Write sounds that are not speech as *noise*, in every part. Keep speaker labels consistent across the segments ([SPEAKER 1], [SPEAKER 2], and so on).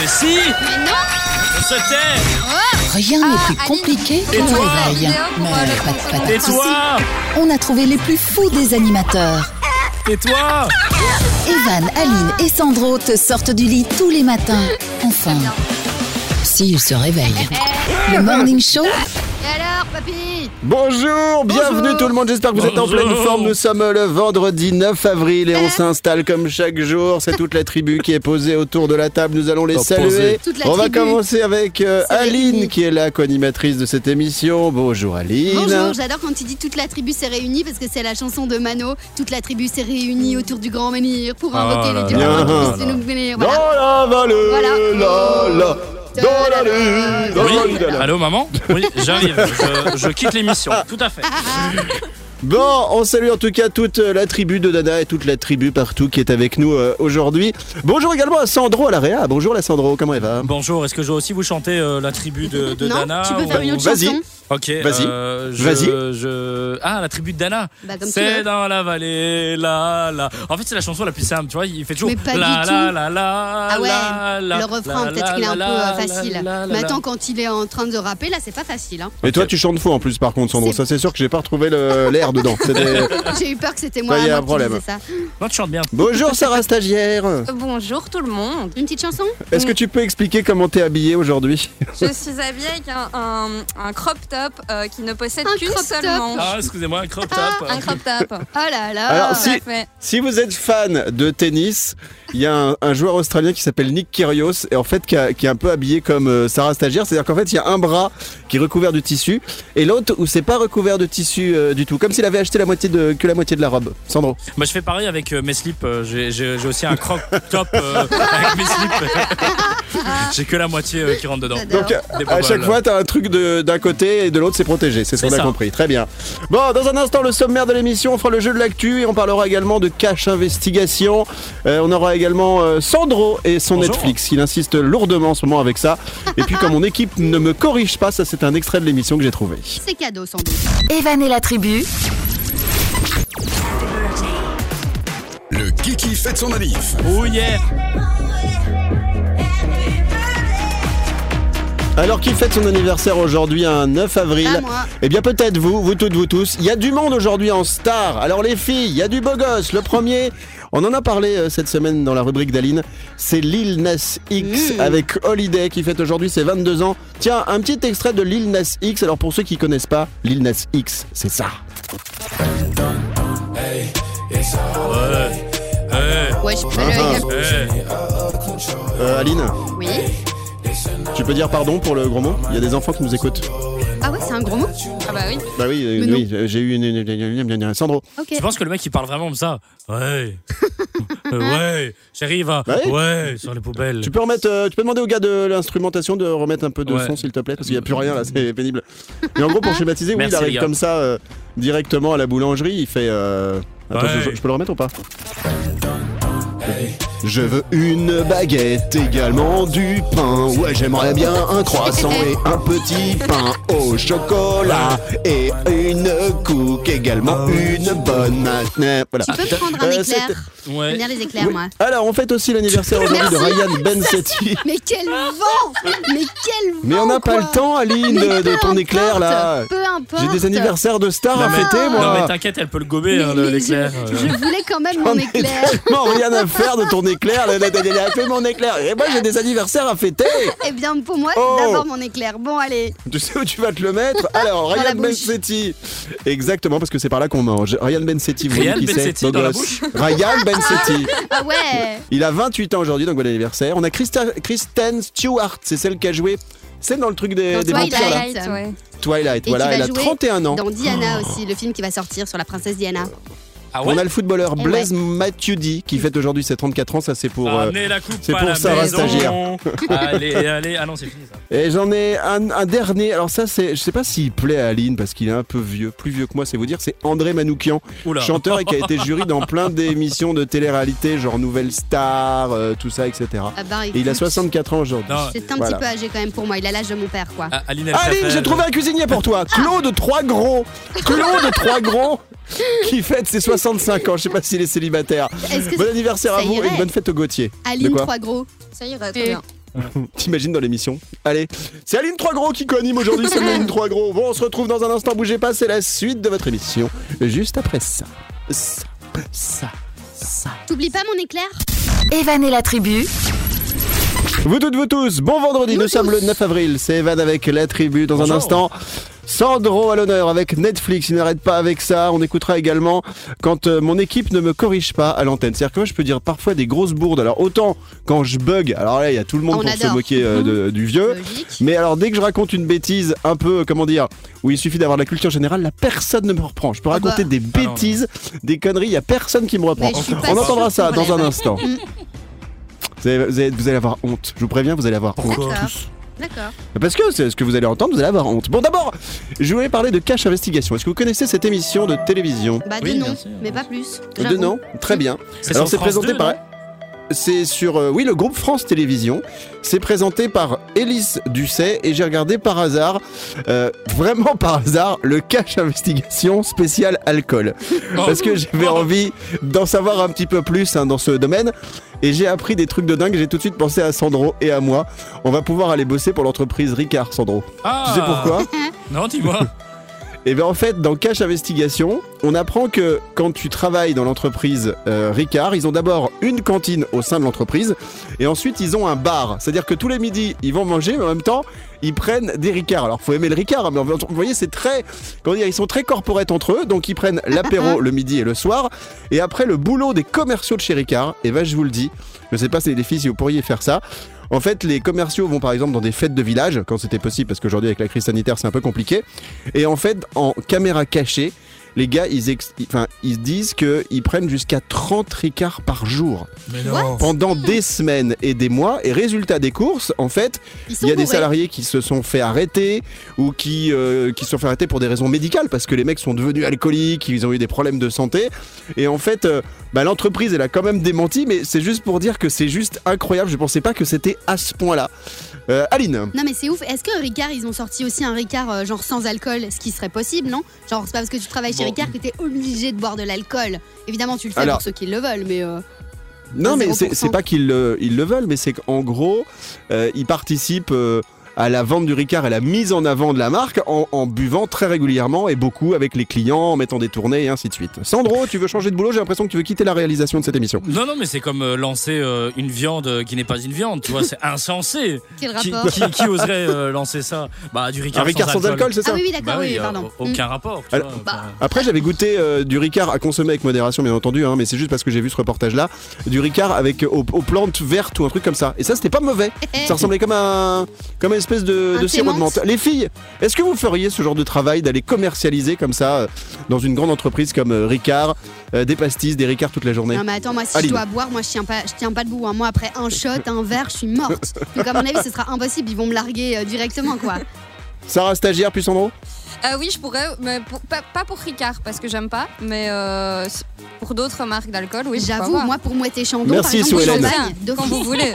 [SPEAKER 1] Mais si
[SPEAKER 2] Mais non
[SPEAKER 1] On se tait
[SPEAKER 3] Rien n'est plus
[SPEAKER 2] Aline,
[SPEAKER 3] compliqué
[SPEAKER 1] et
[SPEAKER 3] qu'un
[SPEAKER 1] toi
[SPEAKER 3] réveil.
[SPEAKER 2] Vidéo pour,
[SPEAKER 3] Mais
[SPEAKER 2] euh, le
[SPEAKER 3] pas de- pas de
[SPEAKER 2] contrôle.
[SPEAKER 3] soucis.
[SPEAKER 1] Tais-toi
[SPEAKER 3] On a trouvé les plus fous des animateurs.
[SPEAKER 1] Tais-toi
[SPEAKER 3] Evan, Aline et Sandro te sortent du lit tous les matins. Enfin, s'ils se
[SPEAKER 2] *laughs*
[SPEAKER 3] réveillent. Le Morning Show
[SPEAKER 2] Et alors, papy
[SPEAKER 4] Bonjour, bienvenue tout le monde, j'espère que vous êtes en
[SPEAKER 1] Bonjour.
[SPEAKER 4] pleine forme. Nous sommes le vendredi 9 avril et
[SPEAKER 2] Eh.
[SPEAKER 4] on s'installe comme chaque jour. C'est toute la tribu qui est posée autour de la table, nous allons les
[SPEAKER 1] Oh,
[SPEAKER 4] saluer.
[SPEAKER 1] posée.
[SPEAKER 2] Toute la
[SPEAKER 4] On va
[SPEAKER 2] tribu.
[SPEAKER 4] commencer avec euh,
[SPEAKER 2] C'est
[SPEAKER 4] Aline
[SPEAKER 2] réuni.
[SPEAKER 4] qui est la co-animatrice de cette émission. Bonjour Aline.
[SPEAKER 2] Bonjour, j'adore quand tu dis toute la tribu s'est réunie parce que c'est la chanson de Mano. Toute la tribu s'est réunie autour du grand menhir pour invoquer
[SPEAKER 1] là
[SPEAKER 2] les dieux
[SPEAKER 4] Ah, là
[SPEAKER 2] avant
[SPEAKER 4] là
[SPEAKER 2] qu'ils puissent
[SPEAKER 1] là.
[SPEAKER 2] nous bénir.
[SPEAKER 4] Dans
[SPEAKER 2] Voilà.
[SPEAKER 4] la vallée,
[SPEAKER 2] Voilà.
[SPEAKER 4] la, la, dans la rue, dans
[SPEAKER 1] Oui
[SPEAKER 4] la rue, la, la.
[SPEAKER 1] Allô maman Oui, j'arrive. Je, je quitte l'émission, tout à fait.
[SPEAKER 4] Bon, on salue en tout cas toute euh, la tribu de Dada et toute la tribu partout qui est avec nous euh, aujourd'hui. Bonjour également à Sandro à la réa. Bonjour la Sandro, comment elle va
[SPEAKER 1] Bonjour, est-ce que je dois aussi vous chanter euh, la tribu de, de
[SPEAKER 2] non,
[SPEAKER 1] Dana
[SPEAKER 2] tu peux faire
[SPEAKER 1] ou-
[SPEAKER 2] une autre
[SPEAKER 4] Vas-y.
[SPEAKER 2] chanson
[SPEAKER 1] Ok,
[SPEAKER 4] Vas-y.
[SPEAKER 1] euh, je-
[SPEAKER 4] Vas-y.
[SPEAKER 1] je- Ah, la tribu de Dana.
[SPEAKER 2] Bah, comme tu
[SPEAKER 1] c'est
[SPEAKER 2] veux.
[SPEAKER 1] dans la vallée, là, là. En fait, c'est la chanson la plus simple, tu vois. Il fait toujours.
[SPEAKER 2] Mais pas
[SPEAKER 1] la,
[SPEAKER 2] du
[SPEAKER 1] la,
[SPEAKER 2] tout.
[SPEAKER 1] la, la,
[SPEAKER 2] Ah ouais,
[SPEAKER 1] la, la,
[SPEAKER 2] le refrain,
[SPEAKER 1] la,
[SPEAKER 2] peut-être qu'il est un peu
[SPEAKER 1] la,
[SPEAKER 2] euh, facile.
[SPEAKER 1] la, la, la,
[SPEAKER 2] Mais
[SPEAKER 1] la.
[SPEAKER 2] attends, quand il est en train de rapper, là, c'est pas facile.
[SPEAKER 4] *laughs*
[SPEAKER 2] hein.
[SPEAKER 4] Et toi, tu chantes faux en plus, par contre, Sandro.
[SPEAKER 2] C'est-
[SPEAKER 4] Ça, c'est sûr que j'ai pas retrouvé le- l'air dedans. *laughs* C'était- euh,
[SPEAKER 2] J'ai eu peur que c'était moi,
[SPEAKER 4] Toi, il Bah, y a
[SPEAKER 2] moi
[SPEAKER 4] un
[SPEAKER 2] qui
[SPEAKER 4] problème.
[SPEAKER 2] disais ça.
[SPEAKER 1] Non, tu chantes bien.
[SPEAKER 4] Bonjour, Sarah Stagiaire.
[SPEAKER 5] Bonjour tout le monde.
[SPEAKER 2] Une petite chanson
[SPEAKER 4] Est-ce que tu peux expliquer comment t'es habillée aujourd'hui
[SPEAKER 5] Je suis habillée avec un, un- un crop top euh, qui ne possède
[SPEAKER 2] Un
[SPEAKER 5] qu'une
[SPEAKER 2] crop
[SPEAKER 5] seule
[SPEAKER 2] top.
[SPEAKER 5] manche.
[SPEAKER 1] Ah, excusez-moi, un crop top.
[SPEAKER 5] Un crop top. Ah,
[SPEAKER 2] Oh là là
[SPEAKER 4] Alors,
[SPEAKER 5] Tout
[SPEAKER 4] si-
[SPEAKER 5] à fait.
[SPEAKER 4] Si vous êtes fan de tennis, il y a un, un joueur australien qui s'appelle Nick Kyrgios et en fait qui, a- qui est un peu habillé comme euh, Sarah Stagiaire, c'est-à-dire qu'en fait il y a un bras qui est recouvert de tissu et l'autre où c'est pas recouvert de tissu euh, du tout, comme s'il avait acheté la moitié de, que la moitié de la robe. Sandro.
[SPEAKER 1] Moi, je fais pareil avec euh, mes slips. euh, J'ai j'ai- j'ai aussi un
[SPEAKER 4] *laughs*
[SPEAKER 1] crop top euh, avec mes slips. *laughs* J'ai que la moitié euh, qui rentre dedans.
[SPEAKER 2] J'adore.
[SPEAKER 4] Donc
[SPEAKER 1] Des
[SPEAKER 4] à
[SPEAKER 1] boboles.
[SPEAKER 4] chaque fois t'as un truc de- d'un côté et de l'autre c'est protégé, c'est ce
[SPEAKER 1] C'est
[SPEAKER 4] qu'on a
[SPEAKER 1] ça.
[SPEAKER 4] compris. Très bien. Bon, dans un instant le sommaire de l'émission, on fera le jeu de l'actu et on parlera également de cash investigation. Euh, on aura également euh, Sandro et son
[SPEAKER 1] Bonjour.
[SPEAKER 4] Netflix. Il insiste lourdement en ce moment avec ça. Et puis comme mon équipe ne me corrige pas, ça c'est un extrait de l'émission que j'ai trouvé.
[SPEAKER 2] C'est cadeau, sans doute.
[SPEAKER 3] Evan et la tribu.
[SPEAKER 6] Le Kiki fête son anniv.
[SPEAKER 1] Oh yeah
[SPEAKER 4] Alors qui fête son anniversaire aujourd'hui un 9 avril
[SPEAKER 2] Ah, moi.
[SPEAKER 4] Eh bien peut-être vous, vous toutes, vous tous. Il y a du monde aujourd'hui en star. Alors les filles, il y a du beau gosse. Le premier, on en a parlé euh, cette semaine dans la rubrique d'Aline, c'est Lil Nas X
[SPEAKER 2] Mmh.
[SPEAKER 4] avec Holiday qui fête aujourd'hui ses 22 ans. Tiens, un petit extrait de Lil Nas X. Alors pour ceux qui connaissent pas, Lil Nas X, c'est ça.
[SPEAKER 2] Ouais, je peux
[SPEAKER 4] Ah,
[SPEAKER 2] le...
[SPEAKER 4] Euh, Aline,
[SPEAKER 2] Oui
[SPEAKER 4] tu peux dire pardon pour le gros mot Il y a des enfants qui nous écoutent.
[SPEAKER 2] Ah ouais, c'est un gros mot
[SPEAKER 5] Ah bah oui.
[SPEAKER 4] Bah oui, euh,
[SPEAKER 2] Mais non.
[SPEAKER 4] oui, euh, j'ai eu une, une- une- une- une- Sandro.
[SPEAKER 2] Ok.
[SPEAKER 1] Je pense que le mec il parle vraiment comme ça.
[SPEAKER 4] *laughs*
[SPEAKER 1] Ouais. Euh, ouais, j'arrive à.
[SPEAKER 4] Bah oui.
[SPEAKER 1] Ouais, sur les poubelles.
[SPEAKER 4] Tu peux remettre, euh, tu peux demander au gars de l'instrumentation de remettre un peu de
[SPEAKER 1] Ouais.
[SPEAKER 4] son s'il te plaît parce qu'il n'y a plus rien là,
[SPEAKER 1] *laughs*
[SPEAKER 4] c'est pénible. Mais en gros pour schématiser, oui,
[SPEAKER 1] Merci,
[SPEAKER 4] il
[SPEAKER 1] les
[SPEAKER 4] arrive
[SPEAKER 1] gars.
[SPEAKER 4] comme ça euh, directement à la boulangerie, il fait. euh, Attends,
[SPEAKER 1] Ouais.
[SPEAKER 4] je, je peux le remettre ou pas Je veux une baguette, également du pain. Ouais, j'aimerais bien un croissant et un petit pain au chocolat. Et une couque, également une bonne matinée. Voilà.
[SPEAKER 2] Tu peux prendre un
[SPEAKER 4] Euh,
[SPEAKER 2] éclair
[SPEAKER 4] c'était-
[SPEAKER 2] J'aime
[SPEAKER 1] Ouais.
[SPEAKER 2] bien les éclairs,
[SPEAKER 4] Oui. *laughs*
[SPEAKER 2] moi.
[SPEAKER 4] Alors, on fête aussi l'anniversaire aujourd'hui de Ryan Ben Bensetti.
[SPEAKER 2] Mais quel vent Mais quel vent
[SPEAKER 4] Mais on n'a pas
[SPEAKER 2] quoi.
[SPEAKER 4] le temps, Aline,
[SPEAKER 2] Mais
[SPEAKER 4] de, de
[SPEAKER 2] peu
[SPEAKER 4] ton éclair
[SPEAKER 2] importe,
[SPEAKER 4] là.
[SPEAKER 2] Peu importe.
[SPEAKER 4] J'ai des anniversaires de stars à
[SPEAKER 1] Non, mais-
[SPEAKER 4] fêter,
[SPEAKER 1] Non, mais
[SPEAKER 4] moi.
[SPEAKER 1] t'inquiète, elle peut le gober,
[SPEAKER 2] Mais-
[SPEAKER 1] hein, le-
[SPEAKER 2] mais
[SPEAKER 1] l'éclair.
[SPEAKER 2] je-
[SPEAKER 1] euh.
[SPEAKER 2] Je
[SPEAKER 4] *laughs*
[SPEAKER 2] voulais quand même mon
[SPEAKER 4] J'en ai
[SPEAKER 2] éclair.
[SPEAKER 4] tellement rien à faire de ton éclair. Là, là, là, là, là, Fais mon éclair. Et moi, j'ai des anniversaires à fêter.
[SPEAKER 2] Eh bien, pour moi, c'est
[SPEAKER 4] Oh.
[SPEAKER 2] d'abord mon éclair. Bon, allez.
[SPEAKER 4] Tu sais où tu vas te le mettre Alors,
[SPEAKER 2] Ah, la
[SPEAKER 4] Ryan
[SPEAKER 2] bouche.
[SPEAKER 4] Bensetti. Exactement, parce que c'est par là qu'on mange. Ryan Bensetti, vous voyez
[SPEAKER 1] Ryan
[SPEAKER 4] qui c'est
[SPEAKER 1] Bensetti
[SPEAKER 4] Beau
[SPEAKER 1] dans la
[SPEAKER 4] gosse. Ryan Bensetti.
[SPEAKER 2] Ah ouais
[SPEAKER 4] Il a 28 ans aujourd'hui, donc bon anniversaire. On a Christa- Kristen Stewart, c'est celle qui a joué. Celle dans le truc des,
[SPEAKER 2] Dans
[SPEAKER 4] des
[SPEAKER 2] Twilight.
[SPEAKER 4] vampires là.
[SPEAKER 5] ouais.
[SPEAKER 4] Twilight,
[SPEAKER 2] Et
[SPEAKER 4] voilà,
[SPEAKER 2] qui va
[SPEAKER 4] elle a
[SPEAKER 2] jouer
[SPEAKER 4] 31 ans.
[SPEAKER 2] Dans Diana aussi, le film qui va sortir sur la princesse Diana.
[SPEAKER 1] Ah ouais
[SPEAKER 4] On a le footballeur
[SPEAKER 2] Eh
[SPEAKER 4] Blaise Matuidi qui fête aujourd'hui ses 34 ans, ça c'est pour... euh,
[SPEAKER 1] Amenez la coupe
[SPEAKER 4] c'est
[SPEAKER 1] à
[SPEAKER 4] pour
[SPEAKER 1] la
[SPEAKER 4] Sarah
[SPEAKER 1] maison.
[SPEAKER 4] Stagiaire.
[SPEAKER 1] *laughs* allez, allez. Ah non, c'est fini ça.
[SPEAKER 4] Et j'en ai un, un dernier, alors ça c'est... Je sais pas s'il plaît à Aline parce qu'il est un peu vieux, plus vieux que moi c'est vous dire, c'est André Manoukian,
[SPEAKER 1] Oula.
[SPEAKER 4] chanteur et qui
[SPEAKER 1] *laughs*
[SPEAKER 4] a été jury dans plein d'émissions de télé-réalité, genre Nouvelle Star, euh, tout ça, etc.
[SPEAKER 2] Ah bah,
[SPEAKER 4] Et il a
[SPEAKER 2] écoute,
[SPEAKER 4] 64 ans aujourd'hui.
[SPEAKER 1] Non,
[SPEAKER 2] C'est un
[SPEAKER 4] Voilà.
[SPEAKER 2] petit peu âgé quand même pour moi. Il a l'âge de mon père, quoi.
[SPEAKER 1] Ah, Aline, elle
[SPEAKER 4] Aline,
[SPEAKER 1] préfère-
[SPEAKER 4] j'ai trouvé un cuisinier pour toi,
[SPEAKER 2] Ah.
[SPEAKER 4] Claude Trois Gros. Claude Trois Gros qui fête ses 65 ans. Je sais pas s'il est célibataire.
[SPEAKER 2] Est-ce que
[SPEAKER 4] Bon anniversaire à
[SPEAKER 2] ça
[SPEAKER 4] vous et
[SPEAKER 2] irait
[SPEAKER 4] une bonne fête au Gauthier.
[SPEAKER 2] Aline
[SPEAKER 4] quoi
[SPEAKER 2] Trois Gros
[SPEAKER 5] Ça ira
[SPEAKER 2] Et-
[SPEAKER 5] très bien.
[SPEAKER 4] T'imagines dans l'émission Allez, c'est Aline 3 Gros qui co-anime aujourd'hui, c'est
[SPEAKER 2] *laughs*
[SPEAKER 4] Aline 3 Gros. Bon, on se retrouve dans un instant, bougez pas, c'est la suite de votre émission. Juste après ça. Ça, ça, ça.
[SPEAKER 2] T'oublies pas mon éclair
[SPEAKER 3] Evan et la tribu.
[SPEAKER 4] Vous toutes, vous tous, bon vendredi, nous,
[SPEAKER 2] Nous
[SPEAKER 4] sommes
[SPEAKER 2] tous.
[SPEAKER 4] le 9 avril, c'est Evan avec la tribu dans un
[SPEAKER 1] Bonjour.
[SPEAKER 4] instant. Sandro à l'honneur avec Netflix, il n'arrête pas avec ça. On écoutera également quand euh, mon équipe ne me corrige pas à l'antenne. C'est-à-dire que moi je peux dire parfois des grosses bourdes. Alors autant quand je bug, alors là il y a tout le monde
[SPEAKER 2] On
[SPEAKER 4] pour se
[SPEAKER 2] adore.
[SPEAKER 4] moquer euh, de- du vieux.
[SPEAKER 2] Logique.
[SPEAKER 4] Mais alors dès que je raconte une bêtise un peu, euh, comment dire, où il suffit d'avoir de la culture générale, la personne ne me reprend. Je peux
[SPEAKER 2] Ah bah.
[SPEAKER 4] raconter des
[SPEAKER 1] Ah non.
[SPEAKER 4] bêtises, des conneries, il y a personne qui me reprend.
[SPEAKER 2] Mais je suis pas
[SPEAKER 4] On entendra
[SPEAKER 2] sûre
[SPEAKER 4] ça
[SPEAKER 2] qu'on
[SPEAKER 4] dans un
[SPEAKER 2] l'avait.
[SPEAKER 4] instant.
[SPEAKER 2] Mm.
[SPEAKER 4] *laughs* Vous allez, vous allez- vous allez avoir honte. Je vous préviens, vous allez avoir honte.
[SPEAKER 1] Pourquoi
[SPEAKER 2] D'accord. D'accord.
[SPEAKER 4] Parce que c'est ce que vous allez entendre, vous allez avoir honte. Bon, d'abord, je voulais parler de Cache Investigation. Est-ce que vous connaissez cette émission de télévision
[SPEAKER 2] Bah,
[SPEAKER 1] Oui,
[SPEAKER 2] de non,
[SPEAKER 1] merci, merci.
[SPEAKER 2] mais pas plus.
[SPEAKER 4] De
[SPEAKER 2] j'avoue.
[SPEAKER 4] non Très bien.
[SPEAKER 1] sur
[SPEAKER 4] Alors
[SPEAKER 1] France
[SPEAKER 4] c'est présenté
[SPEAKER 1] 2,
[SPEAKER 4] par...
[SPEAKER 1] non
[SPEAKER 4] C'est sur, euh, oui, le groupe France Télévisions. C'est présenté par Élise Ducet et j'ai regardé par hasard, euh, vraiment par hasard, le cache investigation spécial alcool.
[SPEAKER 1] Oh.
[SPEAKER 4] Parce que j'avais envie d'en savoir un petit peu plus hein, dans ce domaine. Et j'ai appris des trucs de dingue, j'ai tout de suite pensé à Sandro et à moi. On va pouvoir aller bosser pour l'entreprise Ricard, Sandro.
[SPEAKER 1] Ah.
[SPEAKER 4] Tu sais pourquoi
[SPEAKER 1] Non, dis-moi.
[SPEAKER 4] et bien Eh ben, en fait, dans Cash Investigation, on apprend que quand tu travailles dans l'entreprise euh, Ricard, ils ont d'abord une cantine au sein de l'entreprise et ensuite ils ont un bar. C'est-à-dire que tous les midis, ils vont manger, mais en même temps, ils prennent des Ricards. Alors faut aimer le Ricard, hein, mais en- vous voyez, c'est très. Comment dire Ils sont très corporettes entre eux, donc ils prennent l'apéro le midi et le soir. Et après, le boulot des commerciaux de chez Ricard, et ben je vous le dis, je sais pas si les filles, si vous pourriez faire ça. En fait, les commerciaux vont par exemple dans des fêtes de village, quand c'était possible, parce qu'aujourd'hui avec la crise sanitaire c'est un peu compliqué. Et en fait, en caméra cachée, les gars, ils, ex- ils- enfin, ils disent qu'ils prennent jusqu'à 30 ricards par jour
[SPEAKER 1] Mais
[SPEAKER 4] pendant des semaines et des mois. Et résultat des courses, en fait,
[SPEAKER 2] Ils sont
[SPEAKER 4] il y a des
[SPEAKER 2] bourrés.
[SPEAKER 4] salariés qui se sont fait arrêter ou qui, euh, qui se sont fait arrêter pour des raisons médicales parce que les mecs sont devenus alcooliques, ils ont eu des problèmes de santé. Et en fait, euh, bah, l'entreprise, elle a quand même démenti, mais c'est juste pour dire que c'est juste incroyable. Je pensais pas que c'était à ce point-là. Euh, Aline
[SPEAKER 2] Non mais c'est ouf. Est-ce que Ricard ils ont sorti aussi un Ricard euh, genre sans alcool, ce qui serait possible, non Genre c'est pas parce que tu travailles chez
[SPEAKER 1] Bon.
[SPEAKER 2] Ricard que t'es obligé de boire de l'alcool. Évidemment tu le fais
[SPEAKER 4] Alors-
[SPEAKER 2] pour ceux qui le veulent, mais euh,
[SPEAKER 4] Non, mais c'est
[SPEAKER 2] 0%.
[SPEAKER 4] c'est pas qu'ils le, ils le veulent, mais c'est qu'en gros, euh, ils participent euh, à la vente du Ricard, à la mise en avant de la marque, en, en buvant très régulièrement et beaucoup avec les clients, en mettant des tournées et ainsi de suite. Sandro, tu veux changer de boulot J'ai l'impression que tu veux quitter la réalisation de cette émission.
[SPEAKER 1] Non, non, mais c'est comme euh, lancer euh, une viande euh, qui n'est pas une viande, tu vois,
[SPEAKER 4] *laughs*
[SPEAKER 1] c'est insensé.
[SPEAKER 2] quel
[SPEAKER 1] Qui,
[SPEAKER 2] rapport
[SPEAKER 1] qui- qui oserait euh, lancer ça Bah, du Ricard,
[SPEAKER 4] Un Ricard sans alcool, c'est ça
[SPEAKER 2] Ah oui oui
[SPEAKER 1] Bah
[SPEAKER 2] d'accord oui,
[SPEAKER 1] oui,
[SPEAKER 2] oui,
[SPEAKER 1] euh,
[SPEAKER 2] pardon. Mm.
[SPEAKER 1] au- aucun rapport. tu
[SPEAKER 4] Mm. Alors-
[SPEAKER 1] vois,
[SPEAKER 2] Bah.
[SPEAKER 1] enfin.
[SPEAKER 4] Après, j'avais goûté euh, du Ricard à consommer avec modération, bien entendu, hein, mais c'est juste parce que j'ai vu ce reportage-là, du Ricard avec euh, aux, aux plantes vertes ou un truc comme ça. Et ça, c'était pas mauvais.
[SPEAKER 2] Eh, *laughs*
[SPEAKER 4] Ça ressemblait comme un, comme une espèce de,
[SPEAKER 2] Un
[SPEAKER 4] de sirop de
[SPEAKER 2] thé menthe.
[SPEAKER 4] menthe. Les filles, est-ce que vous feriez ce genre de travail d'aller commercialiser comme ça euh, dans une grande entreprise comme euh, Ricard, euh, des pastilles, des Ricard toute la journée
[SPEAKER 2] Non mais attends moi si
[SPEAKER 4] Aline.
[SPEAKER 2] je dois boire moi je tiens pas je tiens pas debout hein. moi après un shot un verre je
[SPEAKER 1] *laughs*
[SPEAKER 2] suis morte donc à mon avis ce sera impossible ils vont me larguer euh, directement *laughs* quoi
[SPEAKER 4] Sarah stagiaire puis Sandro
[SPEAKER 5] Euh, oui, je pourrais, mais pour- pas, pas pour Ricard parce que j'aime pas, mais euh, pour d'autres marques d'alcool, oui. pourquoi
[SPEAKER 2] j'avoue
[SPEAKER 5] pas.
[SPEAKER 2] moi pour mouetter Chandon
[SPEAKER 4] Merci,
[SPEAKER 2] par exemple
[SPEAKER 4] Sous-Hélène.
[SPEAKER 2] champagne,
[SPEAKER 5] Tiens, quand vous
[SPEAKER 2] d'office. *laughs*
[SPEAKER 5] voulez.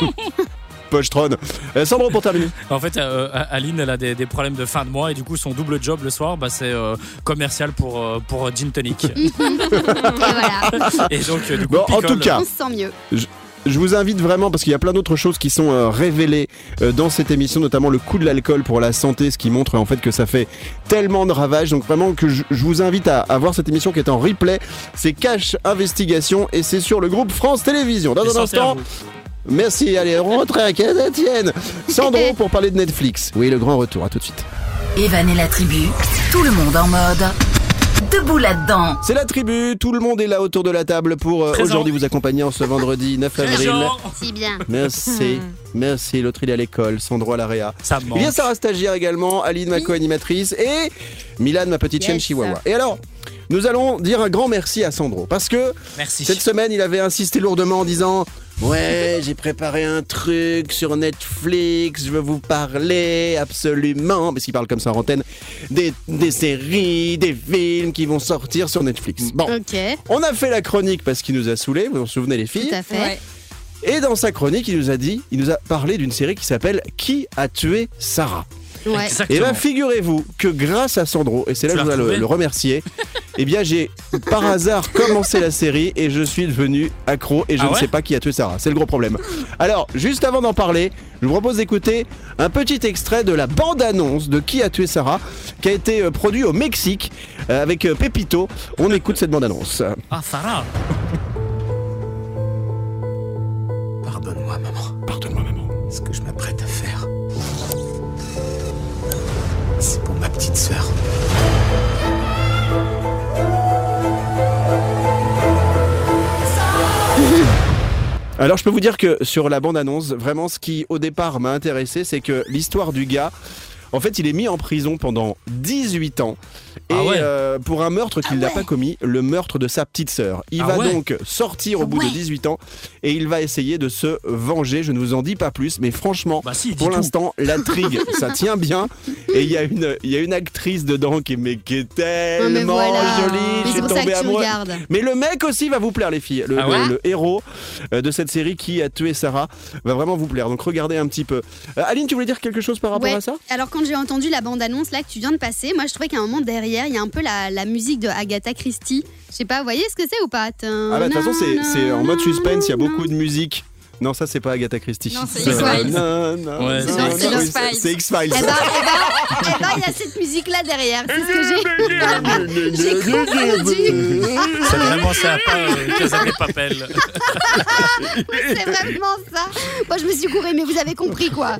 [SPEAKER 4] Pochetron. Euh, Sandro pour terminer.
[SPEAKER 1] En fait, euh, euh, Aline, elle a des, des problèmes de fin de mois et du coup, son double job le soir, bah, c'est euh, commercial pour, euh, pour Gin
[SPEAKER 4] *laughs*
[SPEAKER 1] Tonic.
[SPEAKER 2] Et voilà
[SPEAKER 1] et donc, euh, du coup,
[SPEAKER 4] Bon, en
[SPEAKER 1] picole.
[SPEAKER 4] tout cas,
[SPEAKER 2] on se sent mieux
[SPEAKER 4] Je vous invite vraiment parce qu'il y a plein d'autres choses qui sont euh, révélées euh, dans cette émission, notamment le coût de l'alcool pour la santé, ce qui montre euh, en fait que ça fait tellement de ravages. Donc vraiment que je, je vous invite à, à voir cette émission qui est en replay. C'est Cash Investigation et c'est sur le groupe France Télévisions. Dans
[SPEAKER 1] Et
[SPEAKER 4] un
[SPEAKER 1] santé à
[SPEAKER 4] instant,
[SPEAKER 1] vous.
[SPEAKER 4] merci. Allez, rentre à la tienne. Sandro pour parler de Netflix. Oui, le grand retour. À tout de suite.
[SPEAKER 3] Evan et la tribu. Tout le monde en mode. Debout là-dedans.
[SPEAKER 4] C'est la tribu. Tout le monde est là autour de la table pour euh,
[SPEAKER 1] Présent.
[SPEAKER 4] aujourd'hui vous accompagner en ce vendredi 9 avril.
[SPEAKER 1] Jean,
[SPEAKER 2] si bien
[SPEAKER 4] Merci. Merci. L'autre il est à l'école. Sandro à l'AREA.
[SPEAKER 1] Ça
[SPEAKER 4] Il y a
[SPEAKER 1] manque.
[SPEAKER 4] Sarah Stagiaire également, Aline, ma co-animatrice, et Milan, ma petite
[SPEAKER 2] Yes.
[SPEAKER 4] chienne chihuahua. Et alors, nous allons dire un grand merci à Sandro, parce que
[SPEAKER 1] Merci.
[SPEAKER 4] cette semaine, il avait insisté lourdement en disant Ouais, j'ai préparé un truc sur Netflix, je veux vous parler absolument, parce qu'il parle comme ça en antenne, des, des séries, des films qui vont sortir sur Netflix. Bon,
[SPEAKER 2] ok
[SPEAKER 4] on a fait la chronique parce qu'il nous a saoulés, vous vous en souvenez les filles
[SPEAKER 2] tout à fait
[SPEAKER 5] Ouais.
[SPEAKER 4] et dans sa chronique, il nous a dit, il nous a parlé d'une série qui s'appelle Qui a tué Sarah
[SPEAKER 2] Ouais.
[SPEAKER 4] Et
[SPEAKER 1] Exactement.
[SPEAKER 4] bien, Eh ben, figurez-vous que grâce à Sandro, et c'est là
[SPEAKER 1] Tu
[SPEAKER 4] que je
[SPEAKER 1] l'as
[SPEAKER 4] voudrais le,
[SPEAKER 1] retrouvé
[SPEAKER 4] le remercier, *laughs* eh bien, j'ai par hasard commencé la série et je suis devenu accro et je
[SPEAKER 1] Ah
[SPEAKER 4] ne
[SPEAKER 1] ouais
[SPEAKER 4] sais pas qui a tué Sarah. C'est le gros problème. Alors, juste avant d'en parler, je vous propose d'écouter un petit extrait de la bande-annonce de Qui a tué Sarah qui a été euh, produit au Mexique euh, avec euh, Pepito. On écoute cette bande-annonce.
[SPEAKER 1] Ah, Sarah
[SPEAKER 7] Pardonne-moi, maman.
[SPEAKER 6] Pardonne-moi, maman.
[SPEAKER 7] Ce que je m'apprête à faire. C'est pour ma petite sœur.
[SPEAKER 4] Alors je peux vous dire que sur la bande-annonce, vraiment ce qui au départ m'a intéressé, c'est que l'histoire du gars, en fait il est mis en prison pendant 18 ans. Et
[SPEAKER 1] Ah ouais.
[SPEAKER 4] euh, pour un meurtre qu'il
[SPEAKER 2] Ah
[SPEAKER 4] n'a pas commis, le meurtre de sa petite sœur. Il
[SPEAKER 1] Ah
[SPEAKER 4] va
[SPEAKER 1] ouais.
[SPEAKER 4] donc sortir au bout de 18 ans et il va essayer de se venger. Je ne vous en dis pas plus, mais franchement,
[SPEAKER 1] Bah si, dis
[SPEAKER 4] pour
[SPEAKER 1] tout.
[SPEAKER 4] l'instant,
[SPEAKER 1] *laughs*
[SPEAKER 4] l'intrigue, ça tient bien. Et il y, a une- il y a une actrice dedans qui, mais qui est
[SPEAKER 2] Non, Oh, mais
[SPEAKER 4] tellement
[SPEAKER 2] voilà.
[SPEAKER 4] jolie.
[SPEAKER 2] Mais
[SPEAKER 4] Je
[SPEAKER 2] c'est
[SPEAKER 4] suis
[SPEAKER 2] pour ça
[SPEAKER 4] tombé
[SPEAKER 2] que tu
[SPEAKER 4] amoureux.
[SPEAKER 2] regardes.
[SPEAKER 4] Mais le mec aussi va vous plaire, les filles. Le,
[SPEAKER 1] Ah
[SPEAKER 4] le-
[SPEAKER 1] ouais
[SPEAKER 4] le héros euh, de cette série qui a tué Sarah va vraiment vous plaire. Donc regardez un petit peu. Euh, Aline, tu voulais dire quelque chose par rapport
[SPEAKER 2] Ouais. Euh,
[SPEAKER 4] à ça
[SPEAKER 2] Alors quand j'ai entendu la bande-annonce là que tu viens de passer, moi je trouvais qu'à un moment derrière, il y a un peu la, la musique de Agatha Christie. Je sais pas, vous voyez ce que c'est ou pas
[SPEAKER 4] Ah bah de toute façon, c'est- c'est en mode suspense, il y a beaucoup de musique. Non, ça c'est pas Agatha Christie.
[SPEAKER 5] Non, c'est
[SPEAKER 4] Ça,
[SPEAKER 5] X-Files.
[SPEAKER 4] non, non,
[SPEAKER 1] Ouais,
[SPEAKER 4] non,
[SPEAKER 1] c'est-
[SPEAKER 4] non,
[SPEAKER 5] c'est
[SPEAKER 4] oui,
[SPEAKER 5] X-Files.
[SPEAKER 4] c'est- C'est X-Files.
[SPEAKER 2] Eh ben, eh ben, eh ben, il y a cette musique là derrière, c'est ce que j'ai. *laughs* j'ai confondu.
[SPEAKER 1] C'est vraiment ça, pas euh, Casa de Papel.
[SPEAKER 2] C'est vraiment ça. Moi je me suis gourée, mais vous avez compris quoi.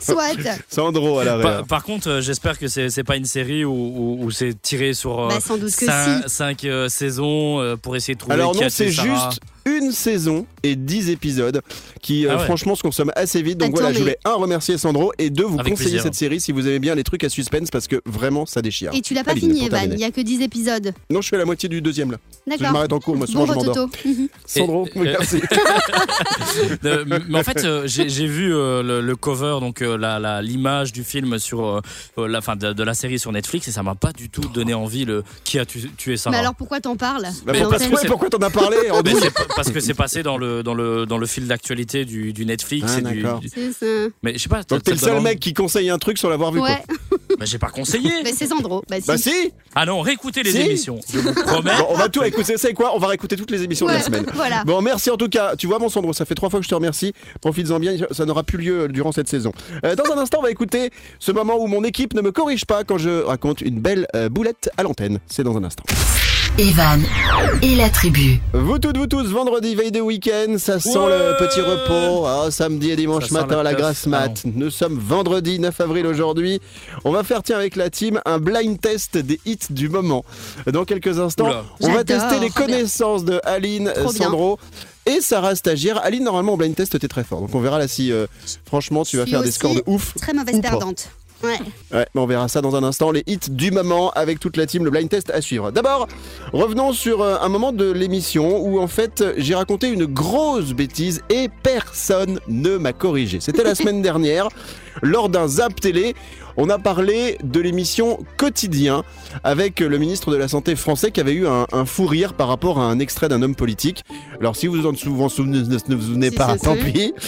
[SPEAKER 2] Soit.
[SPEAKER 4] Sandro à l'arrière.
[SPEAKER 1] Par, par contre, euh, j'espère que c'est c'est pas une série où, où- où c'est tiré sur
[SPEAKER 2] Bah, sans doute que
[SPEAKER 1] 5,
[SPEAKER 2] si.
[SPEAKER 1] saisons euh, pour essayer de trouver
[SPEAKER 4] Alors
[SPEAKER 1] qui
[SPEAKER 4] non,
[SPEAKER 1] a tué
[SPEAKER 4] c'est
[SPEAKER 1] Sarah.
[SPEAKER 4] juste une saison et 10 épisodes qui euh,
[SPEAKER 1] Ah ouais.
[SPEAKER 4] franchement se consomment assez vite. Donc
[SPEAKER 2] Attends,
[SPEAKER 4] voilà, je
[SPEAKER 2] mais-
[SPEAKER 4] voulais un remercier Sandro et deux vous
[SPEAKER 1] Avec
[SPEAKER 4] conseiller
[SPEAKER 1] plaisir.
[SPEAKER 4] cette série si vous aimez bien les trucs à suspense parce que vraiment ça déchire.
[SPEAKER 2] Et tu l'as pas
[SPEAKER 4] Aline,
[SPEAKER 2] fini,
[SPEAKER 4] pour
[SPEAKER 2] Evan, il
[SPEAKER 4] terminer.
[SPEAKER 2] n'y a que 10 épisodes.
[SPEAKER 4] Non, je suis à la moitié du deuxième là. Je
[SPEAKER 2] D'accord.
[SPEAKER 4] m'arrête en cours, moi souvent
[SPEAKER 2] Bon
[SPEAKER 4] je m'endors.
[SPEAKER 2] retoto. Mhm.
[SPEAKER 4] Sandro,
[SPEAKER 1] Et- et- *laughs*
[SPEAKER 4] merci. Bah,
[SPEAKER 1] Euh, mais en fait, euh, j'ai j'ai vu euh, le, le cover, donc euh, la- la- l'image du film sur euh, euh, la fin de, de la série sur Netflix, et ça m'a pas du tout donné envie le qui a tu- tué Sarah.
[SPEAKER 2] Mais alors pourquoi t'en parles
[SPEAKER 4] Bah,
[SPEAKER 1] Mais
[SPEAKER 4] pour-
[SPEAKER 1] parce que
[SPEAKER 4] ouais,
[SPEAKER 1] c'est-
[SPEAKER 4] pourquoi t'en as parlé en
[SPEAKER 1] *laughs* Mais
[SPEAKER 4] douce
[SPEAKER 1] c'est pa- parce que c'est passé dans le dans le dans le fil d'actualité du, du Netflix.
[SPEAKER 4] Ah,
[SPEAKER 1] et du,
[SPEAKER 4] d'accord.
[SPEAKER 1] du-
[SPEAKER 2] C'est ça.
[SPEAKER 1] mais je sais pas. ça-
[SPEAKER 4] Donc t'es le
[SPEAKER 1] ça te donne
[SPEAKER 4] seul mec qui conseille un truc sans l'avoir vu.
[SPEAKER 2] Ouais,
[SPEAKER 4] Quoi.
[SPEAKER 1] envie. Bah, j'ai pas conseillé.
[SPEAKER 2] mais c'est Sandro. Bah, si.
[SPEAKER 4] Bah si
[SPEAKER 1] Ah non, réécoutez les
[SPEAKER 4] Si.
[SPEAKER 1] émissions. Je vous promets.
[SPEAKER 4] Bon, On va tout écouter, c'est quoi On va réécouter toutes les émissions de
[SPEAKER 2] Ouais, Ah.
[SPEAKER 4] la semaine.
[SPEAKER 2] Voilà.
[SPEAKER 4] Bon, merci en tout cas. Tu vois, mon Sandro, ça fait trois fois que je te remercie. Profites-en bien, ça n'aura plus lieu durant cette saison. Euh, dans un instant, on va écouter ce moment où mon équipe ne me corrige pas quand je raconte une belle euh, boulette à l'antenne. C'est dans un instant.
[SPEAKER 3] Evan et la tribu.
[SPEAKER 4] Vous toutes, vous tous, vendredi, veille de week-end, ça sent
[SPEAKER 1] Ouais.
[SPEAKER 4] le petit repos. Ah, samedi et dimanche
[SPEAKER 1] Ça sent
[SPEAKER 4] matin,
[SPEAKER 1] la Ah
[SPEAKER 4] la
[SPEAKER 1] teuf.
[SPEAKER 4] grasse mat. Nous sommes vendredi 9 avril aujourd'hui. On va faire, tiens, avec la team, un blind test des hits du moment. Dans quelques instants,
[SPEAKER 1] Oula.
[SPEAKER 4] on va
[SPEAKER 2] J'adore.
[SPEAKER 4] tester les
[SPEAKER 2] Trop bien.
[SPEAKER 4] connaissances de Aline,
[SPEAKER 2] Trop bien.
[SPEAKER 4] Sandro. Et Sarah Stagiaire, Aline, normalement au blind test, t'es très fort. Donc on verra là si, euh, franchement, tu vas
[SPEAKER 2] Si
[SPEAKER 4] faire des
[SPEAKER 2] aussi.
[SPEAKER 4] scores de ouf.
[SPEAKER 2] Très mauvaise
[SPEAKER 4] Ou pas.
[SPEAKER 2] perdante. Ouais.
[SPEAKER 4] Ouais, mais on verra ça dans un instant, les hits du moment avec toute la team, le blind test à suivre. D'abord, revenons sur euh, un moment de l'émission où en fait euh, j'ai raconté une grosse bêtise et personne ne m'a corrigé. C'était la *laughs* semaine dernière, lors d'un zap télé, on a parlé de l'émission Quotidien avec euh, le ministre de la Santé français qui avait eu un, un fou rire par rapport à un extrait d'un homme politique. Alors si vous en sou- vous en souvenez, ne vous souvenez
[SPEAKER 2] Si,
[SPEAKER 4] pas,
[SPEAKER 2] si,
[SPEAKER 4] tant
[SPEAKER 2] si.
[SPEAKER 4] pis. *laughs*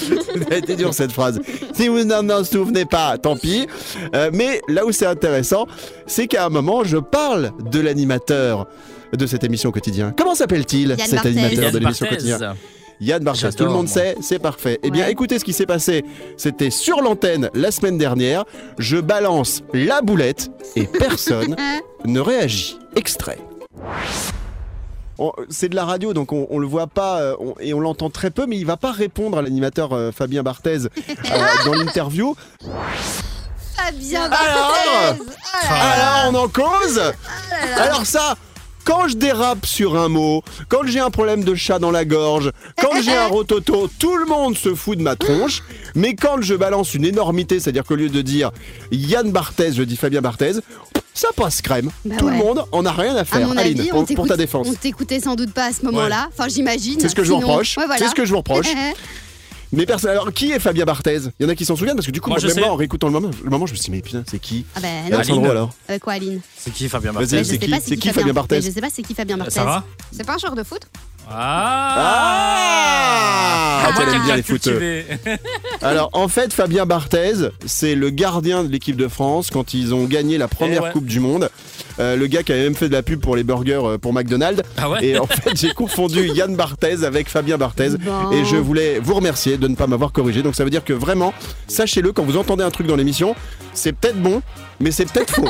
[SPEAKER 4] Ça a été dur cette phrase. Si vous n'en en souvenez pas, tant pis. Euh, mais là où c'est intéressant, c'est qu'à un moment, je parle de l'animateur de cette émission quotidien. Comment s'appelle-t-il
[SPEAKER 2] Yann
[SPEAKER 4] cet
[SPEAKER 2] Barthès.
[SPEAKER 4] animateur
[SPEAKER 1] Yann
[SPEAKER 4] de l'émission
[SPEAKER 1] Barthès.
[SPEAKER 4] quotidien Yann Barthès, tout le
[SPEAKER 1] J'adore,
[SPEAKER 4] monde
[SPEAKER 1] moi.
[SPEAKER 4] sait, c'est parfait. Eh bien,
[SPEAKER 2] Ouais.
[SPEAKER 4] écoutez ce qui s'est passé. C'était sur l'antenne la semaine dernière. Je balance la boulette et personne ne réagit. Extrait. On- C'est de la radio, donc on, on le voit pas euh, on- et on l'entend très peu, mais il va pas répondre à l'animateur euh, Fabien Barthez euh, dans l'interview.
[SPEAKER 2] Fabien
[SPEAKER 4] Alors
[SPEAKER 2] Barthez.
[SPEAKER 4] Alors on en
[SPEAKER 2] Oh
[SPEAKER 4] cause Alors ça quand je dérape sur un mot, quand j'ai un problème de chat dans la gorge,
[SPEAKER 2] *laughs*
[SPEAKER 4] quand j'ai un rototo, tout le monde se fout de ma tronche. Mais quand je balance une énormité, c'est-à-dire qu'au lieu de dire Yann Barthez, je dis Fabien Barthez, ça passe crème.
[SPEAKER 2] Bah
[SPEAKER 4] tout le
[SPEAKER 2] ouais.
[SPEAKER 4] monde en a rien à
[SPEAKER 2] À
[SPEAKER 4] faire.
[SPEAKER 2] mon
[SPEAKER 4] Aline,
[SPEAKER 2] avis,
[SPEAKER 4] pour-
[SPEAKER 2] on
[SPEAKER 4] pour ta
[SPEAKER 2] t'écoute-
[SPEAKER 4] défense.
[SPEAKER 2] on t'écoutait sans doute pas à ce moment-là. Enfin, j'imagine.
[SPEAKER 4] C'est ce que je vous
[SPEAKER 2] Sinon-
[SPEAKER 4] reproche.
[SPEAKER 2] Ouais, voilà.
[SPEAKER 4] C'est ce que je vous reproche. Mais personne. Alors qui est Fabien Barthez Il y en a qui s'en souviennent parce que du coup,
[SPEAKER 1] Moi,
[SPEAKER 4] moi,
[SPEAKER 1] je
[SPEAKER 4] même
[SPEAKER 1] sais.
[SPEAKER 4] moi, en réécoutant le moment, le moment, je me suis dit mais putain, c'est qui
[SPEAKER 2] *laughs* Ah ben
[SPEAKER 4] Et
[SPEAKER 2] non.
[SPEAKER 1] Aline.
[SPEAKER 4] Alessandro, alors
[SPEAKER 2] Avec quoi, Aline
[SPEAKER 1] C'est qui Fabien
[SPEAKER 4] Vas-y,
[SPEAKER 1] Barthès
[SPEAKER 2] Mais
[SPEAKER 4] Euh, c'est
[SPEAKER 2] je sais
[SPEAKER 4] qui-
[SPEAKER 2] pas
[SPEAKER 4] c'est qui Fabien Barthez
[SPEAKER 2] Mais Je sais pas c'est qui Fabien Barthez.
[SPEAKER 1] Sarah
[SPEAKER 5] C'est pas un joueur de foot
[SPEAKER 1] Ah
[SPEAKER 4] Ah, elle aime bien les
[SPEAKER 1] Cultivé.
[SPEAKER 4] Alors en fait, Fabien Barthez, c'est le gardien de l'équipe de France quand ils ont gagné la première
[SPEAKER 1] Eh ouais.
[SPEAKER 4] Coupe du Monde. Euh, le gars qui avait même fait de la pub pour les burgers euh, pour McDonald's.
[SPEAKER 1] Ah ouais
[SPEAKER 4] Et en fait, j'ai confondu Yann Barthez avec Fabien Barthez.
[SPEAKER 2] Bon.
[SPEAKER 4] Et je voulais vous remercier de ne pas m'avoir corrigé. Donc ça veut dire que vraiment, sachez-le, quand vous entendez un truc dans l'émission, c'est peut-être bon, mais c'est
[SPEAKER 2] *laughs*
[SPEAKER 4] peut-être faux.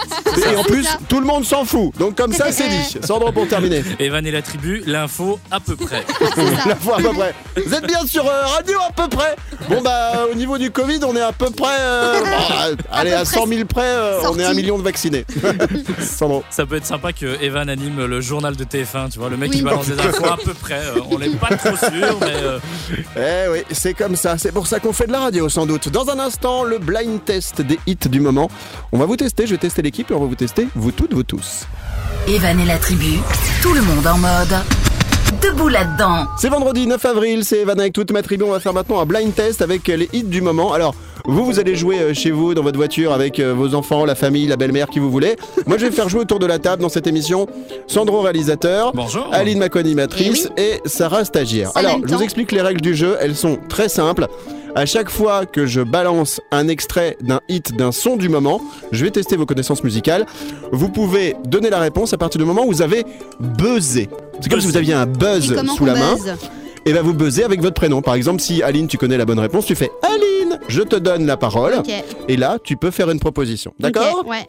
[SPEAKER 4] Et en plus,
[SPEAKER 2] ça.
[SPEAKER 4] tout le monde s'en fout. Donc comme ça, c'est
[SPEAKER 2] *laughs*
[SPEAKER 4] dit. Sandro pour terminer.
[SPEAKER 1] Evan et la tribu, l'info à peu près.
[SPEAKER 4] La fois à peu près. Vous êtes bien sur euh, radio à peu près. Bon bah au niveau du Covid, on est à peu près.
[SPEAKER 2] *laughs*
[SPEAKER 4] euh, bon, à- allez
[SPEAKER 2] peu
[SPEAKER 4] à
[SPEAKER 2] près
[SPEAKER 4] 100 000 près, euh, on est un
[SPEAKER 2] sorti.
[SPEAKER 4] million
[SPEAKER 2] *laughs*
[SPEAKER 4] de vaccinés. Sandro.
[SPEAKER 1] Ça peut être sympa que Evan anime le journal de TF1, tu vois, le mec
[SPEAKER 2] Oui.
[SPEAKER 1] qui balance des infos à peu près. euh, on n'est pas trop sûr, mais euh,
[SPEAKER 4] Eh oui, c'est comme ça. C'est pour ça qu'on fait de la radio sans doute. Dans un instant, le blind test des hits du moment. On va vous tester. Je vais tester l'équipe et on va vous tester vous toutes, vous tous.
[SPEAKER 3] Evan et la tribu, tout le monde en mode. Debout là-dedans.
[SPEAKER 4] C'est vendredi 9 avril, c'est Evan avec toute ma tribu. On va faire maintenant un blind test avec les hits du moment. Alors, vous, vous allez jouer euh, chez vous, dans votre voiture, avec euh, vos enfants, la famille, la belle-mère, qui vous voulez. Moi, je vais faire jouer autour de la table dans cette émission Sandro, réalisateur.
[SPEAKER 1] bonjour.
[SPEAKER 4] Aline, ma co-animatrice, et Sarah, stagiaire.
[SPEAKER 2] Eh en
[SPEAKER 4] Alors,
[SPEAKER 2] même
[SPEAKER 4] je vous
[SPEAKER 2] temps.
[SPEAKER 4] explique les règles du jeu. Elles sont très simples. À chaque fois que je balance un extrait d'un hit, d'un son du moment, je vais tester vos connaissances musicales. Vous pouvez donner la réponse à partir du moment où vous avez buzzé. C'est comme si vous aviez un
[SPEAKER 2] Et
[SPEAKER 4] buzz
[SPEAKER 2] comment
[SPEAKER 4] sous
[SPEAKER 2] qu'on
[SPEAKER 4] la main
[SPEAKER 2] buzz
[SPEAKER 4] et va vous buzzer avec votre prénom. Par exemple, si Aline, tu connais la bonne réponse, tu fais Aline, je te donne la parole.
[SPEAKER 2] Ok.
[SPEAKER 4] Et là, tu peux faire une proposition. D'accord
[SPEAKER 2] ok, Ouais.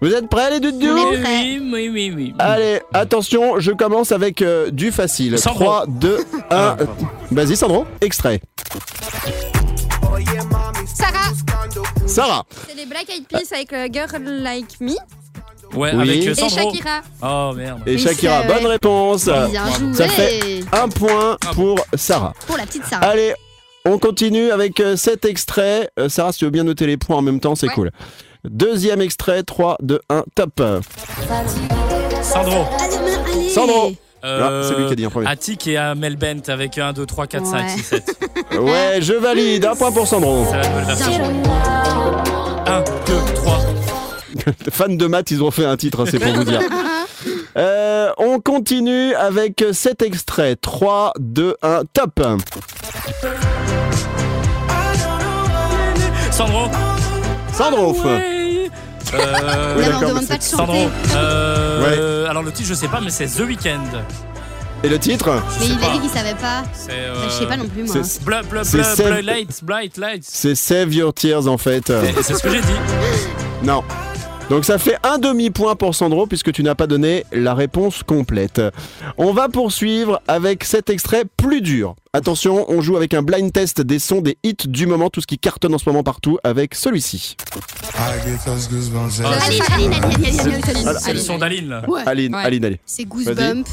[SPEAKER 4] Vous êtes prêts, les
[SPEAKER 1] Oui,
[SPEAKER 4] doudous
[SPEAKER 2] On est prêt.
[SPEAKER 1] oui, oui, oui, oui.
[SPEAKER 4] Allez, attention, je commence avec euh, du facile.
[SPEAKER 1] Sandro.
[SPEAKER 4] 3, 2, 1. Vas-y, Sandro, extrait.
[SPEAKER 5] Sarah,
[SPEAKER 4] Sarah,
[SPEAKER 5] c'est les Black Eyed Peas avec euh, Girl Like Me
[SPEAKER 1] Ouais,
[SPEAKER 4] Oui.
[SPEAKER 1] avec euh,
[SPEAKER 4] Et
[SPEAKER 5] et
[SPEAKER 1] Sandro.
[SPEAKER 5] Shakira.
[SPEAKER 1] Oh merde.
[SPEAKER 4] et
[SPEAKER 2] Oui,
[SPEAKER 4] Shakira,
[SPEAKER 2] c'est vrai.
[SPEAKER 4] bonne réponse.
[SPEAKER 2] Bien joué.
[SPEAKER 4] Ah. Ça fait un point pour Sarah.
[SPEAKER 2] Pour la petite Sarah.
[SPEAKER 4] Allez, on continue avec euh, cet extrait. Euh, Sarah, si tu veux bien noter les points en même temps, c'est
[SPEAKER 5] Ouais.
[SPEAKER 4] cool. Deuxième extrait, 3, 2, 1, top.
[SPEAKER 1] Sandro.
[SPEAKER 2] Allez, ben, allez.
[SPEAKER 4] Sandro.
[SPEAKER 1] Euh,
[SPEAKER 4] Ah, c'est lui qui a dit en premier.
[SPEAKER 1] Attic et à Melbent avec 1, 2, 3, 4, 5,
[SPEAKER 2] Ouais.
[SPEAKER 1] 6, 7.
[SPEAKER 4] Euh, Ouais, je valide. Un point pour Sandro.
[SPEAKER 1] C'est la nouvelle
[SPEAKER 2] Bien
[SPEAKER 1] version.
[SPEAKER 2] joué.
[SPEAKER 1] 1, 2, 3.
[SPEAKER 4] Fans de maths, ils ont fait un titre, hein, c'est pour vous dire. Euh, on continue avec cet extrait. 3, 2, 1, top.
[SPEAKER 1] Sandro.
[SPEAKER 4] Sandro.
[SPEAKER 1] Ah Ouais. Euh,
[SPEAKER 2] Là,
[SPEAKER 4] Oui,
[SPEAKER 2] on
[SPEAKER 4] Ah, d'accord,
[SPEAKER 2] demande
[SPEAKER 4] mais
[SPEAKER 2] pas de
[SPEAKER 1] Sandro.
[SPEAKER 2] chanter.
[SPEAKER 1] Euh, Alors le titre, je sais pas, mais c'est The Weeknd.
[SPEAKER 4] Et le titre
[SPEAKER 1] Je
[SPEAKER 2] Mais
[SPEAKER 1] sais
[SPEAKER 2] il
[SPEAKER 1] pas.
[SPEAKER 2] a dit qu'il savait pas.
[SPEAKER 1] C'est. euh,
[SPEAKER 2] Je sais pas non plus, moi.
[SPEAKER 4] c'est-
[SPEAKER 1] Bla bla
[SPEAKER 4] C'est
[SPEAKER 1] bla
[SPEAKER 4] Seb-
[SPEAKER 1] bla lights, bright lights.
[SPEAKER 4] C'est Save Your Tears en fait. Euh,
[SPEAKER 1] C'est c'est ce que j'ai dit.
[SPEAKER 4] non. Donc ça fait un demi-point pour Sandro puisque tu n'as pas donné la réponse complète. On va poursuivre avec cet extrait plus dur. Attention, on joue avec un blind test des sons, des hits du moment, tout ce qui cartonne en ce moment partout avec celui-ci.
[SPEAKER 1] Ah,
[SPEAKER 2] Allez, Aline, Aline, Aline, Aline, Aline, Aline.
[SPEAKER 1] C'est le son d'Aline. là.
[SPEAKER 2] Ouais.
[SPEAKER 4] Aline,
[SPEAKER 5] Ouais.
[SPEAKER 4] Aline, allez.
[SPEAKER 2] C'est Goosebump.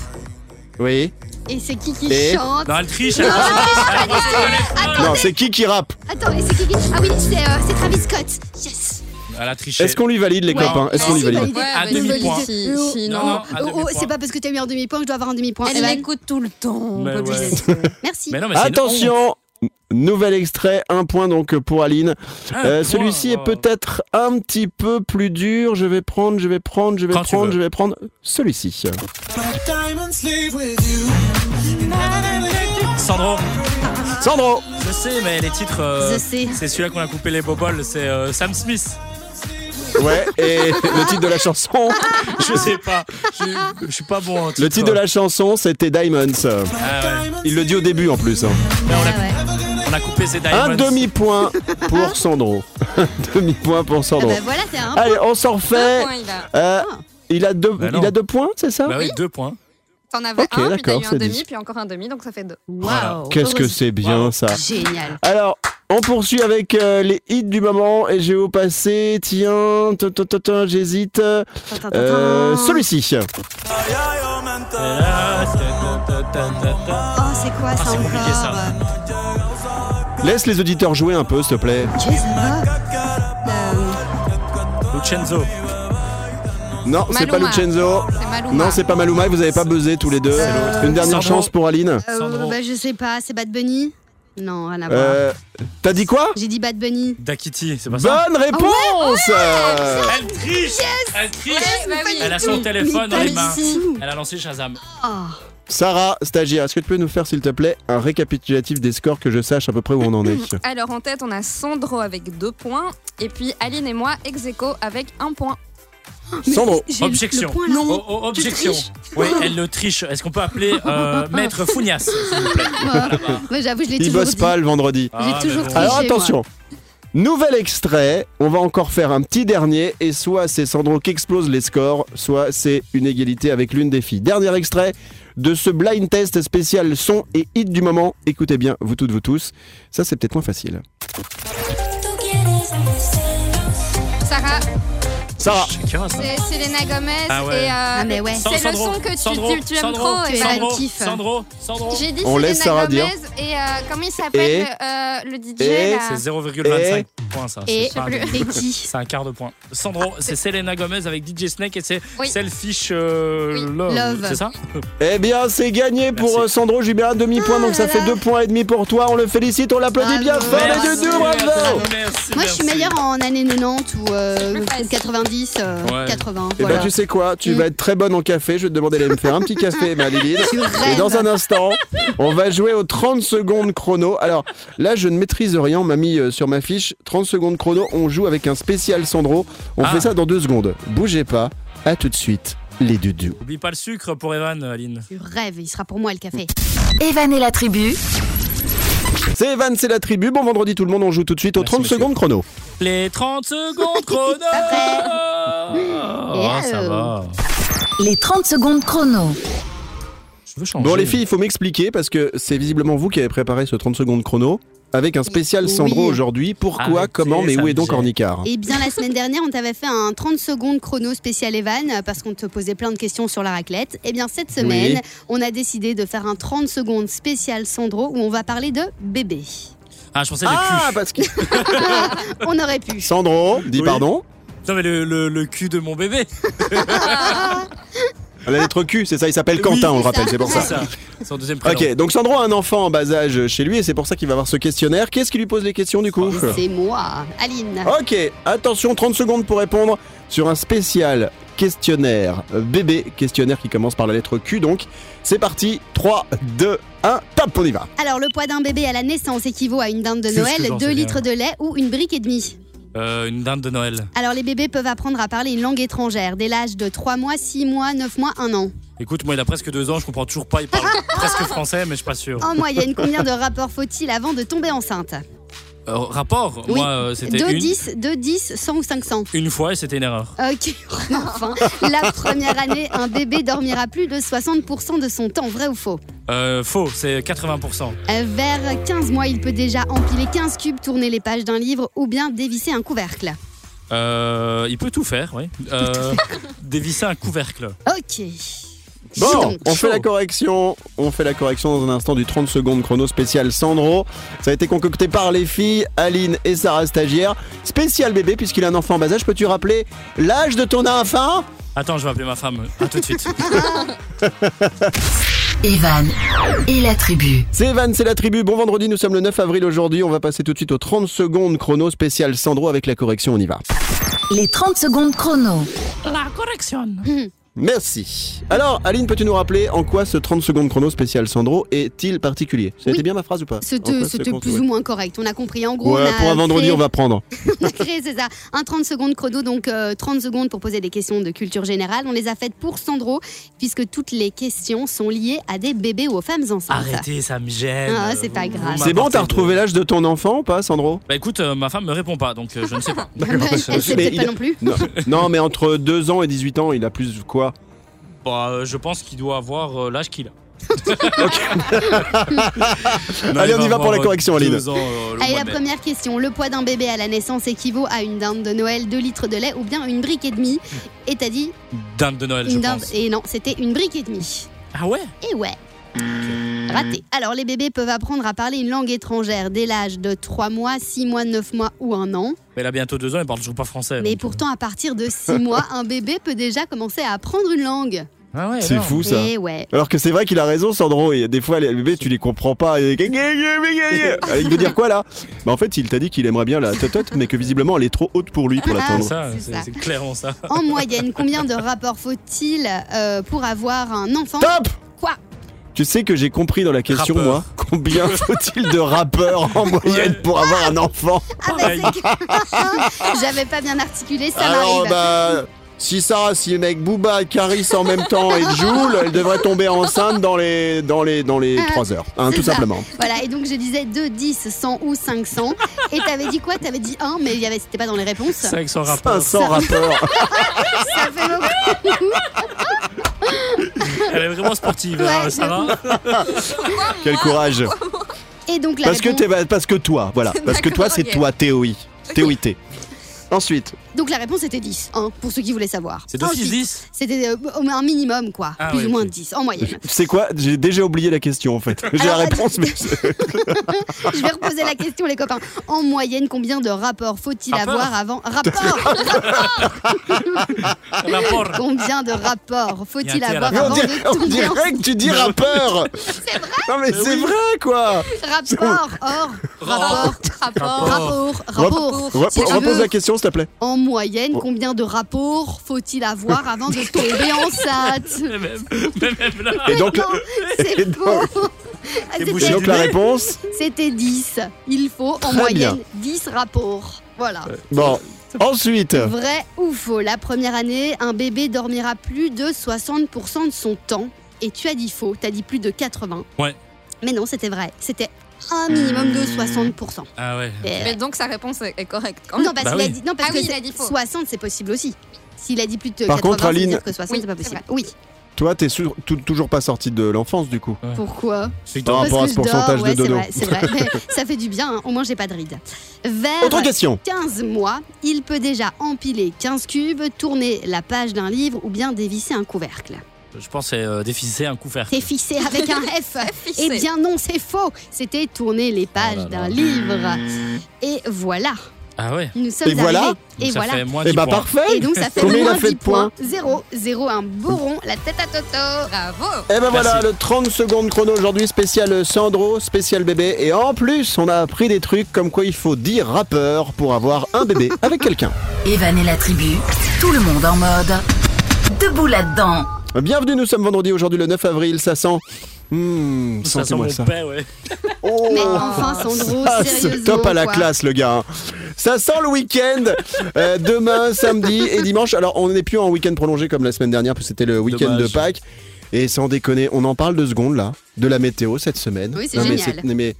[SPEAKER 4] Oui.
[SPEAKER 2] Et c'est qui qui
[SPEAKER 4] Et-
[SPEAKER 2] chante
[SPEAKER 1] Non, elle triche. elle triche. Elle triche.
[SPEAKER 4] Non, c'est qui qui rappe
[SPEAKER 2] Attends, et c'est qui qui Ah oui, c'est euh, c'est Travis Scott. Yes.
[SPEAKER 1] Elle a triché.
[SPEAKER 4] Est-ce qu'on lui valide les
[SPEAKER 2] Ouais.
[SPEAKER 4] copains Est-ce qu'on lui
[SPEAKER 2] Si,
[SPEAKER 4] valide
[SPEAKER 2] validé.
[SPEAKER 5] Ouais,
[SPEAKER 1] À
[SPEAKER 5] vas-y.
[SPEAKER 1] demi-point.
[SPEAKER 5] Si,
[SPEAKER 2] Non,
[SPEAKER 5] si,
[SPEAKER 1] non,
[SPEAKER 5] non.
[SPEAKER 1] non. à
[SPEAKER 2] Oh, oh,
[SPEAKER 1] demi-point.
[SPEAKER 2] c'est pas parce que t'as mis un demi-point que je dois avoir un demi-point. Eh ben,
[SPEAKER 5] Elle
[SPEAKER 2] Evan,
[SPEAKER 5] l'écoute tout le temps.
[SPEAKER 1] Mais
[SPEAKER 5] Audrey.
[SPEAKER 1] ouais.
[SPEAKER 2] Merci.
[SPEAKER 1] Mais non, mais c'est une honte.
[SPEAKER 4] Attention n- Nouvel extrait, un point donc pour Aline.
[SPEAKER 1] Un
[SPEAKER 4] Euh,
[SPEAKER 1] point,
[SPEAKER 4] Celui-ci
[SPEAKER 1] oh.
[SPEAKER 4] est peut-être un petit peu plus dur. Je vais prendre, je vais prendre, je vais
[SPEAKER 1] Quand tu
[SPEAKER 4] prendre,
[SPEAKER 1] veux.
[SPEAKER 4] je vais prendre celui-ci.
[SPEAKER 1] Sandro,
[SPEAKER 4] Sandro
[SPEAKER 1] je sais, mais les titres. euh,
[SPEAKER 2] Je sais.
[SPEAKER 1] C'est celui-là qu'on a coupé les boboles, c'est euh, Sam Smith.
[SPEAKER 4] Ouais, et *laughs* le titre de la chanson
[SPEAKER 1] *laughs* Je sais pas. Je, je suis pas bon. en
[SPEAKER 4] Le titre de la chanson, c'était Diamonds.
[SPEAKER 1] Ah ouais.
[SPEAKER 4] Il le dit au début en plus. hein.
[SPEAKER 1] Mais on,
[SPEAKER 2] Ah
[SPEAKER 1] a,
[SPEAKER 2] ouais.
[SPEAKER 1] on a coupé ces diamonds.
[SPEAKER 4] Un demi-point pour Sandro. *laughs* Un demi-point pour
[SPEAKER 2] Ah
[SPEAKER 4] Sandro.
[SPEAKER 2] bah voilà, c'est un.
[SPEAKER 4] Allez, on s'en
[SPEAKER 5] Deux
[SPEAKER 4] refait.
[SPEAKER 5] points, il a.
[SPEAKER 4] Euh, il, a deux,
[SPEAKER 1] Bah non.
[SPEAKER 4] il a deux points, c'est ça
[SPEAKER 5] Ah
[SPEAKER 1] Bah oui, deux points.
[SPEAKER 5] T'en avais
[SPEAKER 4] Ok,
[SPEAKER 5] un, puis t'as
[SPEAKER 4] d'accord,
[SPEAKER 5] eu un
[SPEAKER 4] c'est
[SPEAKER 5] demi,
[SPEAKER 4] dit.
[SPEAKER 5] puis encore un demi, donc ça fait deux.
[SPEAKER 1] Voilà.
[SPEAKER 2] Waouh.
[SPEAKER 4] Qu'est-ce que
[SPEAKER 2] Heureuse-
[SPEAKER 4] c'est bien
[SPEAKER 1] Bravo.
[SPEAKER 4] ça
[SPEAKER 2] Génial.
[SPEAKER 4] Alors, on poursuit avec euh, les hits du moment et je vais vous passer, tiens, tin, tin, tin, tin, j'hésite. euh,
[SPEAKER 2] Tintin,
[SPEAKER 4] euh,
[SPEAKER 2] tintin.
[SPEAKER 4] Celui-ci.
[SPEAKER 1] Ah,
[SPEAKER 2] Oh, c'est quoi ça
[SPEAKER 1] c'est
[SPEAKER 2] encore
[SPEAKER 1] compliqué ça.
[SPEAKER 4] Laisse les auditeurs jouer un peu, s'il te plaît.
[SPEAKER 2] Ok, ça va. Euh,
[SPEAKER 1] Lucenzo.
[SPEAKER 4] Non, c'est pas
[SPEAKER 5] Maluma.
[SPEAKER 4] Lucenzo.
[SPEAKER 5] C'est Maluma.
[SPEAKER 4] Non, c'est pas Maluma, et vous avez pas buzzé tous les deux.
[SPEAKER 1] l'autre.
[SPEAKER 4] Une dernière
[SPEAKER 1] Sandro.
[SPEAKER 4] chance pour Aline.
[SPEAKER 2] euh,
[SPEAKER 1] Sandro.
[SPEAKER 2] bah, je sais pas, c'est Bad Bunny. Non, rien à voir.
[SPEAKER 4] Euh, T'as dit quoi
[SPEAKER 2] J'ai dit Bad Bunny.
[SPEAKER 1] Dakiti, c'est pas ça
[SPEAKER 4] Bonne réponse Euh,
[SPEAKER 1] Elle triche Elle triche
[SPEAKER 5] bah oui.
[SPEAKER 1] Elle a son téléphone dans les mains.
[SPEAKER 2] Ici.
[SPEAKER 1] Elle a lancé Shazam.
[SPEAKER 2] Oh.
[SPEAKER 4] Sarah, stagiaire, est-ce que tu peux nous faire, s'il te plaît, un récapitulatif des scores que je sache à peu près où on en est
[SPEAKER 5] Alors en tête, on a Sandro avec deux points. Et puis Aline et moi, ex aequo avec un point.
[SPEAKER 4] Sandro,
[SPEAKER 2] J'ai le-
[SPEAKER 1] Objection.
[SPEAKER 2] le point, là.
[SPEAKER 1] Oh, oh, objection. Oui, elle le triche. Est-ce qu'on peut appeler
[SPEAKER 5] *laughs*
[SPEAKER 1] euh, Maître Fougnasse s'il vous plaît
[SPEAKER 2] Moi, j'avoue, je l'ai
[SPEAKER 4] il
[SPEAKER 2] toujours dit.
[SPEAKER 4] bosse pas le vendredi.
[SPEAKER 1] Ah, mais bon.
[SPEAKER 2] toujours triché.
[SPEAKER 4] Alors
[SPEAKER 2] Obligé,
[SPEAKER 4] attention Nouvel extrait, on va encore faire un petit dernier, et soit c'est Sandro qui explose les scores, soit c'est une égalité avec l'une des filles. Dernier extrait de ce blind test spécial son et hit du moment. Écoutez bien, vous toutes, vous tous. Ça, c'est peut-être moins facile.
[SPEAKER 5] Sarah,
[SPEAKER 4] Sarah,
[SPEAKER 1] Chacun a ça.
[SPEAKER 5] c'est Selena Gomez.
[SPEAKER 1] Ah ouais.
[SPEAKER 5] et, euh,
[SPEAKER 2] mais ouais.
[SPEAKER 5] C'est le
[SPEAKER 1] Sandro,
[SPEAKER 5] son que tu,
[SPEAKER 1] Sandro,
[SPEAKER 5] tu- tu aimes
[SPEAKER 1] Sandro,
[SPEAKER 5] trop. et
[SPEAKER 2] Tu
[SPEAKER 5] bah,
[SPEAKER 2] aimes.
[SPEAKER 1] Sandro,
[SPEAKER 2] kiff.
[SPEAKER 1] Sandro, Sandro.
[SPEAKER 5] J'ai dit
[SPEAKER 4] On
[SPEAKER 5] Selena
[SPEAKER 4] laisse Sarah
[SPEAKER 5] Gomez
[SPEAKER 4] dire.
[SPEAKER 5] et euh, comment il
[SPEAKER 4] Et-
[SPEAKER 5] s'appelle euh, le DJ
[SPEAKER 4] Et-
[SPEAKER 5] là
[SPEAKER 1] C'est 0,25 points, ça.
[SPEAKER 2] Et-
[SPEAKER 1] C'est pas
[SPEAKER 5] Je sais
[SPEAKER 1] un-
[SPEAKER 2] Et qui
[SPEAKER 1] c'est un quart de point. Sandro, c'est Selena Gomez avec DJ Snake et c'est
[SPEAKER 5] Oui.
[SPEAKER 1] Selfish euh,
[SPEAKER 5] Oui.
[SPEAKER 1] Love.
[SPEAKER 2] Love.
[SPEAKER 1] C'est ça
[SPEAKER 4] eh bien, c'est gagné pour
[SPEAKER 1] Merci.
[SPEAKER 4] euh, Sandro. J'ai bien un demi-point, donc
[SPEAKER 1] Ah
[SPEAKER 4] ça fait deux points et demi pour toi. On le félicite, on l'applaudit
[SPEAKER 2] Bravo.
[SPEAKER 4] bien fort,
[SPEAKER 2] Merci.
[SPEAKER 4] les deux, bravo
[SPEAKER 1] Merci,
[SPEAKER 2] Moi, je suis
[SPEAKER 1] merci.
[SPEAKER 2] meilleure en années 90 ou euh,
[SPEAKER 5] plus facile.
[SPEAKER 2] 90, euh,
[SPEAKER 1] Ouais.
[SPEAKER 2] 80.
[SPEAKER 4] Et
[SPEAKER 2] voilà.
[SPEAKER 4] ben tu sais quoi, tu
[SPEAKER 2] Mm.
[SPEAKER 4] vas être très bonne en café, je vais te demander d'aller me faire un petit café,
[SPEAKER 2] *laughs*
[SPEAKER 4] ma Liline.
[SPEAKER 2] Tu
[SPEAKER 4] Et
[SPEAKER 2] rêves.
[SPEAKER 4] dans un instant, on va jouer aux 30 secondes chrono. Alors là, je ne maîtrise rien, on m'a mis euh, sur ma fiche 30 secondes chrono, on joue avec un spécial Sandro. On
[SPEAKER 1] Ah.
[SPEAKER 4] fait ça dans deux secondes. Bougez pas, à tout de suite, les dudus.
[SPEAKER 1] Oublie pas le sucre pour Evan, Aline.
[SPEAKER 2] Tu rêves, il sera pour moi le café.
[SPEAKER 3] Evan et la tribu.
[SPEAKER 4] C'est Evan, c'est la tribu. Bon vendredi tout le monde, on joue tout de suite aux
[SPEAKER 1] Merci,
[SPEAKER 4] 30
[SPEAKER 1] monsieur.
[SPEAKER 4] secondes chrono.
[SPEAKER 1] Les 30
[SPEAKER 2] *laughs*
[SPEAKER 1] secondes chrono Ah, ça
[SPEAKER 2] euh,
[SPEAKER 1] va.
[SPEAKER 3] Les 30 secondes chrono.
[SPEAKER 1] Je veux changer.
[SPEAKER 4] Bon les filles, il faut m'expliquer parce que c'est visiblement vous qui avez préparé ce 30 secondes chrono avec un spécial
[SPEAKER 2] Oui.
[SPEAKER 4] Sandro aujourd'hui. Pourquoi,
[SPEAKER 1] Arrêtez,
[SPEAKER 4] comment, mais
[SPEAKER 1] ça
[SPEAKER 4] où
[SPEAKER 1] me
[SPEAKER 4] est donc
[SPEAKER 1] gêne.
[SPEAKER 4] Ornicard
[SPEAKER 2] Eh bien, la semaine dernière, on t'avait fait un 30 secondes chrono spécial Evan euh, parce qu'on te posait plein de questions sur la raclette. Eh bien, cette semaine,
[SPEAKER 4] Oui.
[SPEAKER 2] on a décidé de faire un 30 secondes spécial Sandro où on va parler de bébé.
[SPEAKER 1] Ah, je pensais le
[SPEAKER 4] Ah
[SPEAKER 1] cul.
[SPEAKER 4] parce que
[SPEAKER 2] On
[SPEAKER 1] *laughs*
[SPEAKER 2] aurait pu.
[SPEAKER 4] Sandro, dis
[SPEAKER 1] Oui.
[SPEAKER 4] pardon.
[SPEAKER 1] Non, mais le, le- le cul de mon bébé.
[SPEAKER 4] La lettre Q, c'est ça, il s'appelle
[SPEAKER 1] Oui,
[SPEAKER 4] Quentin, on le
[SPEAKER 2] c'est ça.
[SPEAKER 4] rappelle, c'est pour
[SPEAKER 1] *laughs*
[SPEAKER 4] ça.
[SPEAKER 1] C'est ça. Son deuxième prénom.
[SPEAKER 4] Ok, donc Sandro a un enfant en bas âge chez lui et c'est pour ça qu'il va avoir ce questionnaire. Qu'est-ce qui lui pose les questions du coup
[SPEAKER 2] C'est moi, Aline.
[SPEAKER 4] Ok, attention, 30 secondes pour répondre sur un spécial questionnaire euh, bébé, questionnaire qui commence par la lettre Q donc. C'est parti, 3, 2, 1, top, on y va.
[SPEAKER 2] Alors, le poids d'un bébé à la naissance équivaut à une dinde de
[SPEAKER 1] C'est ce que
[SPEAKER 2] Noël,
[SPEAKER 1] j'en
[SPEAKER 2] 2
[SPEAKER 1] sais
[SPEAKER 2] litres de lait ou une brique et demie.
[SPEAKER 1] Euh, une dinde de Noël.
[SPEAKER 2] Alors, les bébés peuvent apprendre à parler une langue étrangère dès l'âge de 3 mois, 6 mois, 9 mois, 1 an.
[SPEAKER 1] Écoute, moi, il a presque deux ans, je comprends toujours pas. Il
[SPEAKER 2] *laughs*
[SPEAKER 1] parle presque français, mais je suis pas sûr.
[SPEAKER 2] En moyenne, combien de rapports faut-il avant de tomber enceinte
[SPEAKER 1] Euh, rapport,
[SPEAKER 2] Oui.
[SPEAKER 1] moi, euh, c'était
[SPEAKER 2] 2,
[SPEAKER 1] une,
[SPEAKER 2] 10, 2, 10, 100 ou 500
[SPEAKER 1] une fois et c'était une erreur.
[SPEAKER 2] Ok, *laughs* enfin, la première année, un bébé dormira plus de 60% de son temps, vrai ou faux
[SPEAKER 1] Euh, faux, c'est 80%.
[SPEAKER 2] Euh, Vers 15 mois, il peut déjà empiler 15 cubes, tourner les pages d'un livre ou bien dévisser un couvercle.
[SPEAKER 1] Euh, il peut tout faire, oui.
[SPEAKER 2] *laughs*
[SPEAKER 1] Euh, dévisser un couvercle.
[SPEAKER 2] Ok. Dis
[SPEAKER 4] Bon,
[SPEAKER 2] donc.
[SPEAKER 4] on fait
[SPEAKER 1] chaud.
[SPEAKER 4] la correction, on fait la correction dans un instant du 30 secondes chrono spécial Sandro. Ça a été concocté par les filles Aline et Sarah stagiaire. Spécial bébé puisqu'il a un enfant en bas âge, peux-tu rappeler l'âge de ton enfant
[SPEAKER 1] Attends, je vais appeler ma femme. À tout de suite.
[SPEAKER 3] Evan et la tribu.
[SPEAKER 4] C'est Evan, c'est la tribu. Bon vendredi, nous sommes le 9 avril aujourd'hui. On va passer tout de suite aux 30 secondes chrono spécial Sandro avec la correction. On y va.
[SPEAKER 3] Les 30 secondes chrono.
[SPEAKER 4] Merci. Alors, Aline, peux-tu nous rappeler en quoi ce 30 secondes chrono spécial Sandro est-il particulier C'était
[SPEAKER 2] Oui.
[SPEAKER 4] bien ma phrase ou pas En
[SPEAKER 2] C'était
[SPEAKER 4] quoi ce
[SPEAKER 2] c'était
[SPEAKER 4] compte-
[SPEAKER 2] plus ou moins correct, on a compris. En gros,
[SPEAKER 4] Ouais,
[SPEAKER 2] on a
[SPEAKER 4] pour un vendredi,
[SPEAKER 2] créé-
[SPEAKER 4] on va prendre.
[SPEAKER 2] *laughs* on a créé, c'est ça, un 30 secondes chrono, donc euh, 30 secondes pour poser des questions de culture générale. On les a faites pour Sandro, puisque toutes les questions sont liées à des bébés ou aux femmes enceintes.
[SPEAKER 1] Arrêtez, ça me gêne.
[SPEAKER 2] Ah, c'est pas
[SPEAKER 1] Vous- vous
[SPEAKER 2] grave.
[SPEAKER 1] m'apportez
[SPEAKER 4] C'est bon, t'as
[SPEAKER 1] bah, de-
[SPEAKER 4] retrouvé l'âge de ton enfant ou pas, Sandro
[SPEAKER 1] Bah écoute, euh, ma femme me répond pas, donc euh, je ne sais
[SPEAKER 2] *laughs*
[SPEAKER 1] pas.
[SPEAKER 2] Elle sait
[SPEAKER 4] Mais
[SPEAKER 2] peut-être
[SPEAKER 4] il-
[SPEAKER 2] Ah, bah, pas non plus.
[SPEAKER 4] non. *laughs* non, mais entre 2 ans et 18 ans, il a plus quoi
[SPEAKER 1] *laughs* Bah, euh, je pense qu'il doit avoir euh, l'âge qu'il a. Non,
[SPEAKER 4] Allez,
[SPEAKER 1] il
[SPEAKER 4] on y va pour la
[SPEAKER 1] avoir
[SPEAKER 4] correction, Aline.
[SPEAKER 1] deux ans, euh, le
[SPEAKER 2] Allez,
[SPEAKER 1] mois
[SPEAKER 2] la
[SPEAKER 1] de mai.
[SPEAKER 2] première question. Le poids d'un bébé à la naissance équivaut à une dinde de Noël, 2 litres de lait ou bien une brique et demie. Et t'as dit
[SPEAKER 1] Dinde de Noël, Hmm. je
[SPEAKER 2] une dinde.
[SPEAKER 1] pense.
[SPEAKER 2] Et non, c'était une brique et demie.
[SPEAKER 1] Ah ouais
[SPEAKER 2] Et ouais.
[SPEAKER 1] Hmm.
[SPEAKER 2] Raté. Alors, les bébés peuvent apprendre à parler une langue étrangère dès l'âge de 3 mois, 6 mois, 9 mois ou 1 an.
[SPEAKER 1] Mais elle a bientôt deux ans, elle parle toujours pas français. donc,
[SPEAKER 2] Mais
[SPEAKER 1] Eh, euh, *laughs*
[SPEAKER 2] pourtant, à partir de 6 mois, un bébé peut déjà commencer à apprendre une langue.
[SPEAKER 1] Ah ouais,
[SPEAKER 4] C'est
[SPEAKER 1] énorme.
[SPEAKER 4] fou ça.
[SPEAKER 2] Et ouais.
[SPEAKER 4] Alors que c'est vrai qu'il a raison, Sandro. Et des fois, les bébés, tu les comprends pas. *laughs* Et... Il veut dire quoi là Bah en fait, il t'a dit qu'il aimerait bien la totote, mais que visiblement, elle est trop haute pour lui pour
[SPEAKER 1] C'est
[SPEAKER 4] l'attendre.
[SPEAKER 1] ça,
[SPEAKER 2] C'est
[SPEAKER 1] c'est
[SPEAKER 2] ça.
[SPEAKER 1] c'est clairement ça.
[SPEAKER 2] En moyenne,
[SPEAKER 1] *laughs*
[SPEAKER 2] combien de rapports faut-il euh, pour avoir un enfant
[SPEAKER 4] Top
[SPEAKER 2] Quoi
[SPEAKER 4] Tu sais que j'ai compris dans la question,
[SPEAKER 1] Rappeur.
[SPEAKER 4] moi, combien faut-il de rappeurs en moyenne pour avoir un enfant
[SPEAKER 2] Ah bah
[SPEAKER 1] Pareil.
[SPEAKER 2] c'est
[SPEAKER 1] Ah
[SPEAKER 2] que j'avais pas bien articulé, ça
[SPEAKER 4] Alors,
[SPEAKER 2] m'arrive.
[SPEAKER 4] bah. Si ça, si le mec Booba, Caris en même temps et Joule, elle devrait tomber enceinte dans les, dans les, dans les 3 heures, hein,
[SPEAKER 2] Ah, c'est
[SPEAKER 4] tout
[SPEAKER 2] ça.
[SPEAKER 4] simplement.
[SPEAKER 2] Voilà, et donc je disais 2, 10, 100 ou 500. Et t'avais dit quoi T'avais dit 1, mais il y avait- c'était pas dans les réponses.
[SPEAKER 1] C'est avec son rapport.
[SPEAKER 4] 500 rappeurs.
[SPEAKER 2] Ça fait beaucoup.
[SPEAKER 1] Elle est vraiment sportive,
[SPEAKER 2] Ouais,
[SPEAKER 1] hein,
[SPEAKER 2] de
[SPEAKER 1] Sarah.
[SPEAKER 4] Quel courage.
[SPEAKER 2] Et donc la
[SPEAKER 4] Parce que,
[SPEAKER 2] réponse,
[SPEAKER 4] t'es- parce que toi,
[SPEAKER 2] *laughs*
[SPEAKER 4] voilà. Parce que toi,
[SPEAKER 5] D'accord,
[SPEAKER 4] c'est
[SPEAKER 5] ok.
[SPEAKER 4] toi, TOI. TOIT. Ensuite,
[SPEAKER 2] donc la réponse était 10, hein, pour ceux qui voulaient savoir.
[SPEAKER 1] C'est 2
[SPEAKER 2] Ensuite,
[SPEAKER 1] 6 10
[SPEAKER 2] C'était euh, au moins un minimum, quoi.
[SPEAKER 1] Ah
[SPEAKER 2] plus
[SPEAKER 1] ouais,
[SPEAKER 2] ou moins
[SPEAKER 1] ok.
[SPEAKER 2] 10, en moyenne.
[SPEAKER 4] c'est quoi J'ai déjà oublié la question en fait. J'ai la
[SPEAKER 2] Alors,
[SPEAKER 4] réponse, mais.
[SPEAKER 2] je vais reposer la question, les copains. En moyenne, combien de rapports faut-il
[SPEAKER 1] Rapport.
[SPEAKER 2] avoir avant. Rapport
[SPEAKER 1] Rapport.
[SPEAKER 2] *laughs* Combien de rapports
[SPEAKER 1] Il
[SPEAKER 2] faut-il
[SPEAKER 1] y a un T à la
[SPEAKER 2] avoir
[SPEAKER 1] fin.
[SPEAKER 4] Mais on
[SPEAKER 2] avant
[SPEAKER 4] dirait,
[SPEAKER 2] de
[SPEAKER 4] on
[SPEAKER 2] tomber en
[SPEAKER 4] dirait que tu
[SPEAKER 2] *laughs*
[SPEAKER 4] dis rappeur Non mais c'est vrai quoi
[SPEAKER 2] rapport Or, rapport,
[SPEAKER 1] Oh.
[SPEAKER 2] rapport, rapport,
[SPEAKER 4] Oh.
[SPEAKER 2] rapport.
[SPEAKER 4] Rep-
[SPEAKER 2] Si tu
[SPEAKER 4] Repose
[SPEAKER 2] veux,
[SPEAKER 4] la question s'il te plaît.
[SPEAKER 2] En moyenne, combien de rapports faut-il avoir avant de tomber enceinte
[SPEAKER 1] Mais même, mais même là.
[SPEAKER 4] Et *laughs* donc,
[SPEAKER 2] Ah, Non, c'est
[SPEAKER 4] donc-
[SPEAKER 2] faux. Ah,
[SPEAKER 1] Et
[SPEAKER 4] et
[SPEAKER 1] bouché
[SPEAKER 2] C'était-
[SPEAKER 4] donc la réponse
[SPEAKER 2] C'était 10. Il faut en
[SPEAKER 4] Très bien. Euh.
[SPEAKER 2] moyenne 10 rapports. Voilà.
[SPEAKER 1] *laughs*
[SPEAKER 4] Bon. Ensuite,
[SPEAKER 2] Vrai ou faux La première année, un bébé dormira plus de 60% de son temps. Et tu as dit faux, tu as dit plus de 80.
[SPEAKER 1] Ouais.
[SPEAKER 2] Mais non, c'était vrai. C'était un minimum
[SPEAKER 4] Mmh.
[SPEAKER 2] de 60%.
[SPEAKER 1] Ah ouais.
[SPEAKER 2] Et-
[SPEAKER 5] Mais donc sa réponse est est correcte. quand
[SPEAKER 2] Euh, Non,
[SPEAKER 5] même.
[SPEAKER 2] parce,
[SPEAKER 1] Bah
[SPEAKER 2] qu'il a
[SPEAKER 1] oui.
[SPEAKER 2] dit, non, parce
[SPEAKER 5] Ah
[SPEAKER 2] que
[SPEAKER 5] oui, il
[SPEAKER 2] c'est-
[SPEAKER 5] a dit faux.
[SPEAKER 2] 60, c'est possible aussi. S'il a dit plus de
[SPEAKER 4] Par
[SPEAKER 2] 80,
[SPEAKER 4] contre,
[SPEAKER 2] ça veut
[SPEAKER 4] Aline-
[SPEAKER 2] dire que 60,
[SPEAKER 5] Oui,
[SPEAKER 2] c'est pas
[SPEAKER 5] c'est
[SPEAKER 2] possible. Oui.
[SPEAKER 4] toi t'es sur- tou- toujours pas sorti de l'enfance du coup.
[SPEAKER 2] Pourquoi
[SPEAKER 1] C'est
[SPEAKER 4] Par rapport à
[SPEAKER 2] Parce
[SPEAKER 4] ce
[SPEAKER 2] que je dors,
[SPEAKER 4] pourcentage
[SPEAKER 2] ouais,
[SPEAKER 4] de dodo.
[SPEAKER 2] C'est vrai, c'est vrai.
[SPEAKER 4] *laughs*
[SPEAKER 2] Mais ça fait du bien, hein. au moins j'ai pas de rides. Vers
[SPEAKER 4] Autre question
[SPEAKER 2] 15 mois, il peut déjà empiler 15 cubes, tourner la page d'un livre ou bien dévisser un couvercle.
[SPEAKER 1] Je pense que c'est euh, déficit un coup faire.
[SPEAKER 2] T'es fixé avec un F.
[SPEAKER 5] Fixé.
[SPEAKER 2] Eh bien non, c'est faux. C'était tourner les pages
[SPEAKER 1] Oh là là.
[SPEAKER 2] d'un livre. Et voilà,
[SPEAKER 1] Ah ouais.
[SPEAKER 2] nous sommes
[SPEAKER 4] Et voilà
[SPEAKER 2] arrivés.
[SPEAKER 1] Donc
[SPEAKER 2] et
[SPEAKER 1] ça
[SPEAKER 2] voilà.
[SPEAKER 1] fait moins
[SPEAKER 4] Eh
[SPEAKER 1] 10
[SPEAKER 4] bah
[SPEAKER 1] points.
[SPEAKER 2] Et
[SPEAKER 4] parfait
[SPEAKER 2] donc ça fait
[SPEAKER 4] Combien il a
[SPEAKER 2] moins
[SPEAKER 4] fait
[SPEAKER 2] 10
[SPEAKER 4] de points
[SPEAKER 2] points. 0, 0, un beau rond, la tête à Toto.
[SPEAKER 5] Bravo
[SPEAKER 4] Eh ben voilà,
[SPEAKER 1] Merci.
[SPEAKER 4] le 30 secondes chrono aujourd'hui, spécial Sandro, spécial bébé. Et en plus, on a appris des trucs comme quoi il faut dire rappeur pour avoir
[SPEAKER 1] *laughs*
[SPEAKER 4] un bébé avec quelqu'un.
[SPEAKER 3] Evan et la tribu, tout le monde en mode. Debout là-dedans.
[SPEAKER 4] Bienvenue, nous sommes vendredi aujourd'hui le 9 avril, ça sent... Hmm,
[SPEAKER 1] Ça sent mon
[SPEAKER 4] sentez-moi ça.
[SPEAKER 1] père, ouais.
[SPEAKER 4] Oh,
[SPEAKER 2] Mais enfin, Sandro,
[SPEAKER 4] ça, c'est
[SPEAKER 2] sérieusement.
[SPEAKER 4] top à la
[SPEAKER 2] quoi.
[SPEAKER 4] classe, le gars. hein. Ça sent le week-end. Euh, demain, samedi et dimanche. Alors, on n'est plus en week-end prolongé comme la semaine dernière, parce que c'était le week-end de
[SPEAKER 1] Dommage.
[SPEAKER 4] Pâques. Et sans déconner, on en parle deux secondes là, de la météo cette semaine.
[SPEAKER 2] Oui, c'est
[SPEAKER 4] Non, mais
[SPEAKER 2] génial. Mm,
[SPEAKER 4] non, mais,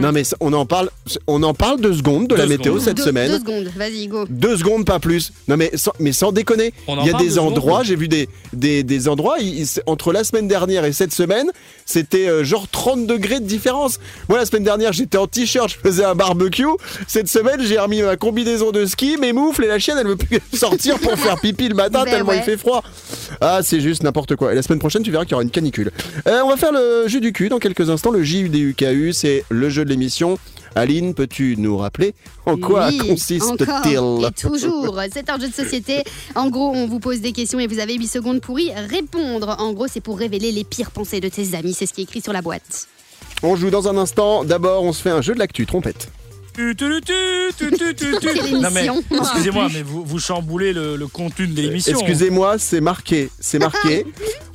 [SPEAKER 4] non, mais ça- on en parle, on en parle deux secondes de la
[SPEAKER 1] Deux
[SPEAKER 4] météo
[SPEAKER 1] secondes.
[SPEAKER 4] cette
[SPEAKER 2] Deux-
[SPEAKER 4] semaine.
[SPEAKER 2] Deux secondes, vas-y, go.
[SPEAKER 4] Deux secondes, pas plus. Non, mais sans, mais sans déconner.
[SPEAKER 1] On en
[SPEAKER 4] Il y a
[SPEAKER 1] parle
[SPEAKER 4] des
[SPEAKER 1] deux
[SPEAKER 4] endroits,
[SPEAKER 1] secondes.
[SPEAKER 4] j'ai vu des, des, des endroits, il- il s- entre la semaine dernière et cette semaine, c'était euh, genre 30 degrés de différence. Moi, la semaine dernière, j'étais en t-shirt, je faisais un barbecue. Cette semaine, j'ai remis ma combinaison de ski, mes moufles, et la chienne, elle veut plus *laughs* sortir
[SPEAKER 2] *laughs*
[SPEAKER 4] pour faire pipi le matin
[SPEAKER 2] Ben
[SPEAKER 4] tellement
[SPEAKER 2] ouais.
[SPEAKER 4] il fait froid. Ah, c'est juste n'importe quoi. Et la semaine prochaine, tu verras qu'il y aura une canicule. Euh, on va faire le jeu du cul dans quelques instants. Le JUDUKU, c'est le jeu de l'émission. Aline, peux-tu nous rappeler en quoi
[SPEAKER 2] Oui,
[SPEAKER 4] consiste-t-il
[SPEAKER 2] encore Et toujours, c'est un jeu de société. En gros, on vous pose des questions et vous avez 8 secondes pour y répondre. En gros, c'est pour révéler les pires pensées de tes amis, c'est ce qui est écrit sur la boîte.
[SPEAKER 4] On joue dans un instant. D'abord, on se fait un jeu de l'actu, trompette.
[SPEAKER 1] Tu, tu, tu, tu, tu, tu, tu.
[SPEAKER 2] Quelle
[SPEAKER 1] Non, mais,
[SPEAKER 2] émission.
[SPEAKER 1] Excusez-moi, mais vous, vous chamboulez le, le contenu de l'émission.
[SPEAKER 4] Excusez-moi, c'est marqué.
[SPEAKER 2] *laughs*
[SPEAKER 4] C'est marqué.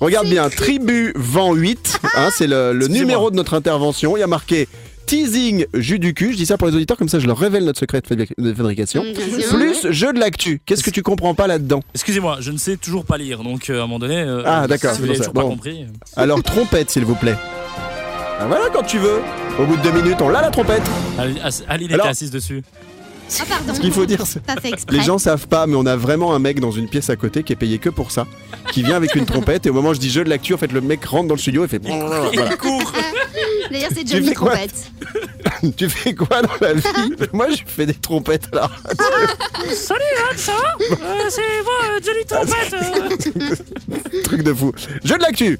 [SPEAKER 4] Regarde bien, Tribu Vent 8,
[SPEAKER 2] Ah.
[SPEAKER 4] hein, c'est le, le
[SPEAKER 1] Excusez-moi.
[SPEAKER 4] numéro de notre intervention. Il y a marqué teasing jus du cul. Je dis ça pour les auditeurs, comme ça je leur révèle notre secret de fabri- de fabrication.
[SPEAKER 2] Mm, bien sûr.
[SPEAKER 4] Plus jeu de l'actu. Qu'est-ce que tu comprends pas là-dedans
[SPEAKER 1] Excusez-moi, je ne sais toujours pas lire, donc euh, à un moment donné. euh,
[SPEAKER 4] Ah, d'accord,
[SPEAKER 1] Si
[SPEAKER 4] c'est
[SPEAKER 1] vous
[SPEAKER 4] pour
[SPEAKER 1] l'avez
[SPEAKER 4] ça.
[SPEAKER 1] toujours pas
[SPEAKER 4] Bon.
[SPEAKER 1] compris. euh,
[SPEAKER 4] Alors, trompette, s'il vous plaît. Ah, voilà quand tu veux. Au bout de deux minutes, on l'a la trompette.
[SPEAKER 1] Al- As- Aline
[SPEAKER 4] Alors-
[SPEAKER 1] était assise dessus.
[SPEAKER 2] Ah, pardon.
[SPEAKER 4] Ce qu'il faut dire, c'est.
[SPEAKER 2] Pas fait exprès.
[SPEAKER 4] Les gens savent pas, mais on a vraiment un mec dans une pièce à côté qui est payé que pour ça, qui vient avec une trompette. Et au moment où je dis jeu de l'actu, en fait, le mec rentre dans le studio et fait. *laughs* Ah, Voilà.
[SPEAKER 1] Il court
[SPEAKER 2] D'ailleurs, c'est Johnny
[SPEAKER 4] fais quoi
[SPEAKER 2] Trompette.
[SPEAKER 4] Tu fais quoi dans la vie Moi, je fais des trompettes là.
[SPEAKER 1] Salut, Anne, ça va Euh, C'est moi, euh, Johnny Trompette euh.
[SPEAKER 4] Truc de fou. Jeu de l'actu.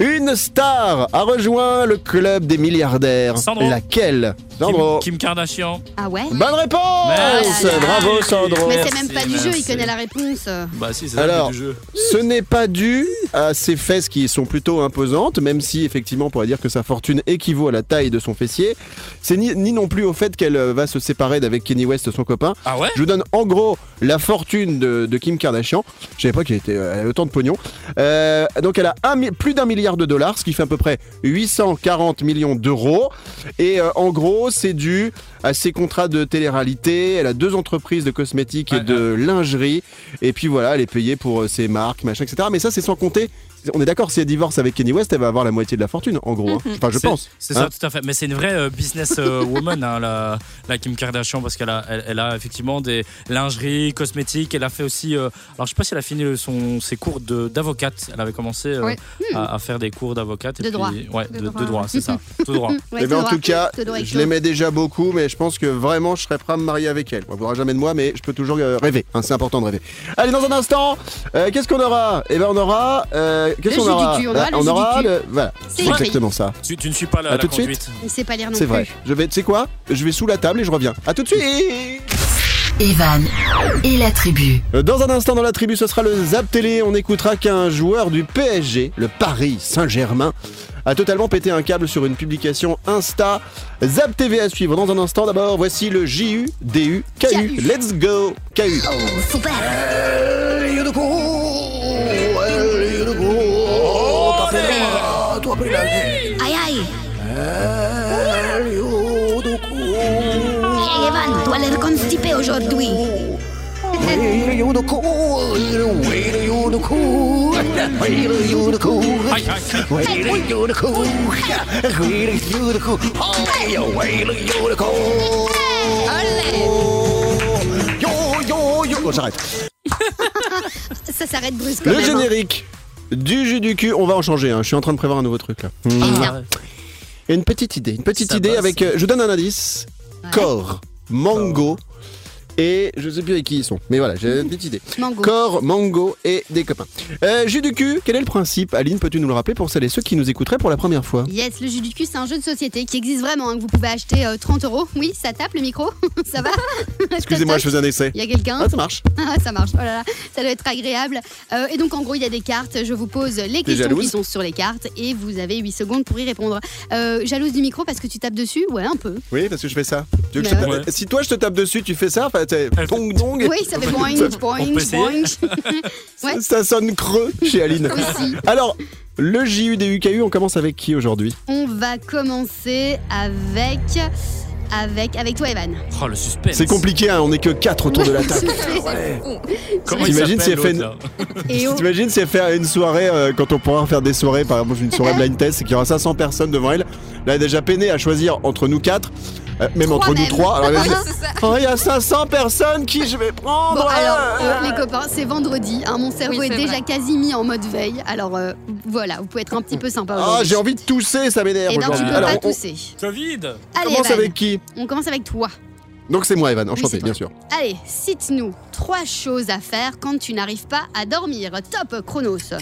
[SPEAKER 4] Une star a rejoint le club des milliardaires.
[SPEAKER 1] Sandro.
[SPEAKER 4] Laquelle Sandro.
[SPEAKER 1] Kim, Kim Kardashian.
[SPEAKER 2] Ah ouais
[SPEAKER 4] Bonne réponse
[SPEAKER 1] Merci.
[SPEAKER 4] Bravo Sandro
[SPEAKER 2] Mais c'est même pas du
[SPEAKER 1] Merci,
[SPEAKER 2] jeu, il
[SPEAKER 1] merci.
[SPEAKER 2] connaît la réponse.
[SPEAKER 1] Bah si, c'est
[SPEAKER 4] Alors,
[SPEAKER 1] ça du jeu.
[SPEAKER 4] Ce n'est pas dû à ses fesses qui sont plutôt imposantes, même si effectivement on pourrait dire que sa fortune équivaut à la taille de son fessier. C'est ni, ni non plus au fait qu'elle euh, va se séparer d'avec Kenny West, son copain.
[SPEAKER 1] Ah ouais
[SPEAKER 4] Je vous donne en gros la fortune de, de Kim Kardashian. Je savais pas qu'elle était, euh, elle avait autant de pognon. Euh, donc elle a un mi- plus d'un milliard de dollars, ce qui fait à peu près 840 millions d'euros. Et euh, en gros, c'est dû à ses contrats de télé-réalité. Elle a deux entreprises de cosmétiques et
[SPEAKER 1] Ouais,
[SPEAKER 4] de lingerie. Et puis voilà, elle est payée pour euh, ses marques, machin, etc. Mais ça, c'est sans compter. On est d'accord, si elle divorce avec Kenny West, elle va avoir la moitié de la fortune, en gros. hein. Enfin, je
[SPEAKER 1] Mhm. C'est-
[SPEAKER 4] pense.
[SPEAKER 1] C'est
[SPEAKER 4] hein.
[SPEAKER 1] ça, tout à fait. Mais c'est une vraie euh, business euh, woman, hein, la, la Kim Kardashian, parce qu'elle a, elle, elle a effectivement des lingeries, cosmétiques. Elle a fait aussi. euh, alors, je sais pas si elle a fini son, ses cours de- d'avocate. Elle avait commencé euh,
[SPEAKER 5] Ouais.
[SPEAKER 1] à, à faire des cours d'avocate. et
[SPEAKER 2] De
[SPEAKER 1] puis-
[SPEAKER 2] droit.
[SPEAKER 1] Ouais, de,
[SPEAKER 5] De
[SPEAKER 1] de droit,
[SPEAKER 5] droit.
[SPEAKER 1] c'est ça. Tout droit.
[SPEAKER 2] Ouais,
[SPEAKER 4] Eh ben, en
[SPEAKER 2] Théodora.
[SPEAKER 4] tout cas,
[SPEAKER 2] Théodora
[SPEAKER 4] je
[SPEAKER 2] Hector.
[SPEAKER 4] l'aimais déjà beaucoup, mais je pense que vraiment, je serais prêt à me marier avec elle. On ne verra jamais de moi, mais je peux toujours euh, rêver. hein, c'est important de rêver. Allez, dans un instant, euh, qu'est-ce qu'on aura Eh ben, on aura. euh, qu'est-ce
[SPEAKER 2] Le
[SPEAKER 4] qu'on
[SPEAKER 2] jus du
[SPEAKER 4] aura
[SPEAKER 2] cul, on aura
[SPEAKER 4] Ah,
[SPEAKER 2] le jus du
[SPEAKER 4] le- Voilà,
[SPEAKER 2] C'est
[SPEAKER 4] c'est
[SPEAKER 2] écrit.
[SPEAKER 4] exactement ça.
[SPEAKER 1] Tu, tu ne suis pas la,
[SPEAKER 4] À
[SPEAKER 1] la
[SPEAKER 4] tout de suite.
[SPEAKER 1] conduite.
[SPEAKER 2] Il sait pas lire non
[SPEAKER 4] C'est
[SPEAKER 2] plus.
[SPEAKER 4] vrai. Je vais, tu sais quoi Je vais sous la table et je reviens. À tout de suite.
[SPEAKER 3] Evan et la tribu.
[SPEAKER 4] Dans un instant dans la tribu, ce sera le Zap Télé. On écoutera qu'un joueur du PSG, le Paris Saint-Germain, a totalement pété un câble sur une publication Insta. Zap TV à suivre dans un instant. D'abord, voici le JU, DU, KU. Let's go, KU.
[SPEAKER 1] Oh,
[SPEAKER 8] Ay, ay. Hey, Evan, tu as l'air constipé aujourd'hui.
[SPEAKER 1] Aïe, aïe, aïe. Oh,
[SPEAKER 4] Bon, j'arrête.
[SPEAKER 2] Ça s'arrête brusquement.
[SPEAKER 4] Le générique du jus du cul. On va en changer. hein. Je suis en train de prévoir un nouveau truc là. Hmm. Et une petite idée, une petite
[SPEAKER 1] Ah. Ça
[SPEAKER 4] idée
[SPEAKER 1] passe.
[SPEAKER 4] avec. euh, je vous donne un indice. Corps, mango et je sais plus avec qui ils sont, mais voilà, j'ai une petite idée.
[SPEAKER 2] Mango.
[SPEAKER 4] Corps, mango et des copains. Euh, jus du cul, quel est le principe Aline, peux-tu nous le rappeler pour celles et ceux qui nous écouteraient pour la première fois
[SPEAKER 2] Yes, le jus du cul, c'est un jeu de société qui existe vraiment, hein, que vous pouvez acheter euh, 30 euros. Oui, ça tape le micro, *laughs* ça va
[SPEAKER 4] Excusez-moi, je faisais un essai.
[SPEAKER 2] Il y a quelqu'un
[SPEAKER 4] Ah, ça marche.
[SPEAKER 2] Ah, *laughs* ça marche. Oh là là, ça doit être agréable. Euh, et donc, en gros, il y a des cartes. Je vous pose les questions
[SPEAKER 4] jalouse
[SPEAKER 2] qui sont sur les cartes et vous avez 8 secondes pour y répondre. Euh, jalouse du micro parce que tu tapes dessus Ouais, un
[SPEAKER 4] *laughs*
[SPEAKER 2] peu.
[SPEAKER 4] Oui, parce que je fais ça. Tu veux que je
[SPEAKER 2] Mais
[SPEAKER 4] te-
[SPEAKER 1] ouais.
[SPEAKER 4] Si toi je te tape dessus, tu fais ça, enfin, t'es-
[SPEAKER 1] Elle fait-
[SPEAKER 4] dong dong.
[SPEAKER 2] Oui, ça fait boing, boing,
[SPEAKER 1] peut essayer.
[SPEAKER 4] *laughs*
[SPEAKER 2] boing. ouais.
[SPEAKER 4] Ça sonne creux chez Aline.
[SPEAKER 2] Aussi.
[SPEAKER 4] Alors, le JU des UKU, on commence avec qui aujourd'hui
[SPEAKER 2] On va commencer avec. Avec, avec toi, Evan.
[SPEAKER 1] Oh, le suspense.
[SPEAKER 4] C'est compliqué, hein, on est que 4 autour de la table.
[SPEAKER 1] Comment il s'appelle,
[SPEAKER 4] T'imagines *laughs* si elle fait
[SPEAKER 1] l'autre,
[SPEAKER 2] Et oh,
[SPEAKER 4] T'imagines, c'est faire une soirée euh, quand on pourra faire des soirées, par exemple une soirée blind test, et qu'il y aura 500 personnes devant elle. Là, elle est déjà peinée à choisir entre nous quatre, euh, même entre nous
[SPEAKER 2] même.
[SPEAKER 4] trois. Alors, elle
[SPEAKER 5] *laughs*
[SPEAKER 4] va
[SPEAKER 5] Oui,
[SPEAKER 4] dire,
[SPEAKER 5] c'est ça.
[SPEAKER 4] Oh, il y a 500 personnes qui je vais prendre
[SPEAKER 2] Bon alors
[SPEAKER 4] euh.
[SPEAKER 2] euh, les copains, c'est vendredi, hein, mon cerveau
[SPEAKER 5] Oui,
[SPEAKER 2] est,
[SPEAKER 5] c'est
[SPEAKER 2] déjà
[SPEAKER 5] vrai.
[SPEAKER 2] quasi mis en mode veille. Alors euh, voilà, vous pouvez être un petit peu sympa
[SPEAKER 4] Ah,
[SPEAKER 2] aujourd'hui.
[SPEAKER 4] j'ai envie de tousser, ça m'énerve
[SPEAKER 2] Eh ben tu
[SPEAKER 4] aujourd'hui.
[SPEAKER 2] peux
[SPEAKER 1] Alors,
[SPEAKER 2] pas
[SPEAKER 4] on,
[SPEAKER 2] tousser.
[SPEAKER 1] Covid.
[SPEAKER 4] on
[SPEAKER 2] Allez
[SPEAKER 4] commence
[SPEAKER 2] Evan,
[SPEAKER 4] avec qui
[SPEAKER 2] on commence avec toi.
[SPEAKER 4] Donc, c'est moi, Evan, enchanté,
[SPEAKER 2] c'est toi.
[SPEAKER 4] bien sûr.
[SPEAKER 2] Allez, cite-nous trois choses à faire quand tu n'arrives pas à dormir. Top chronos.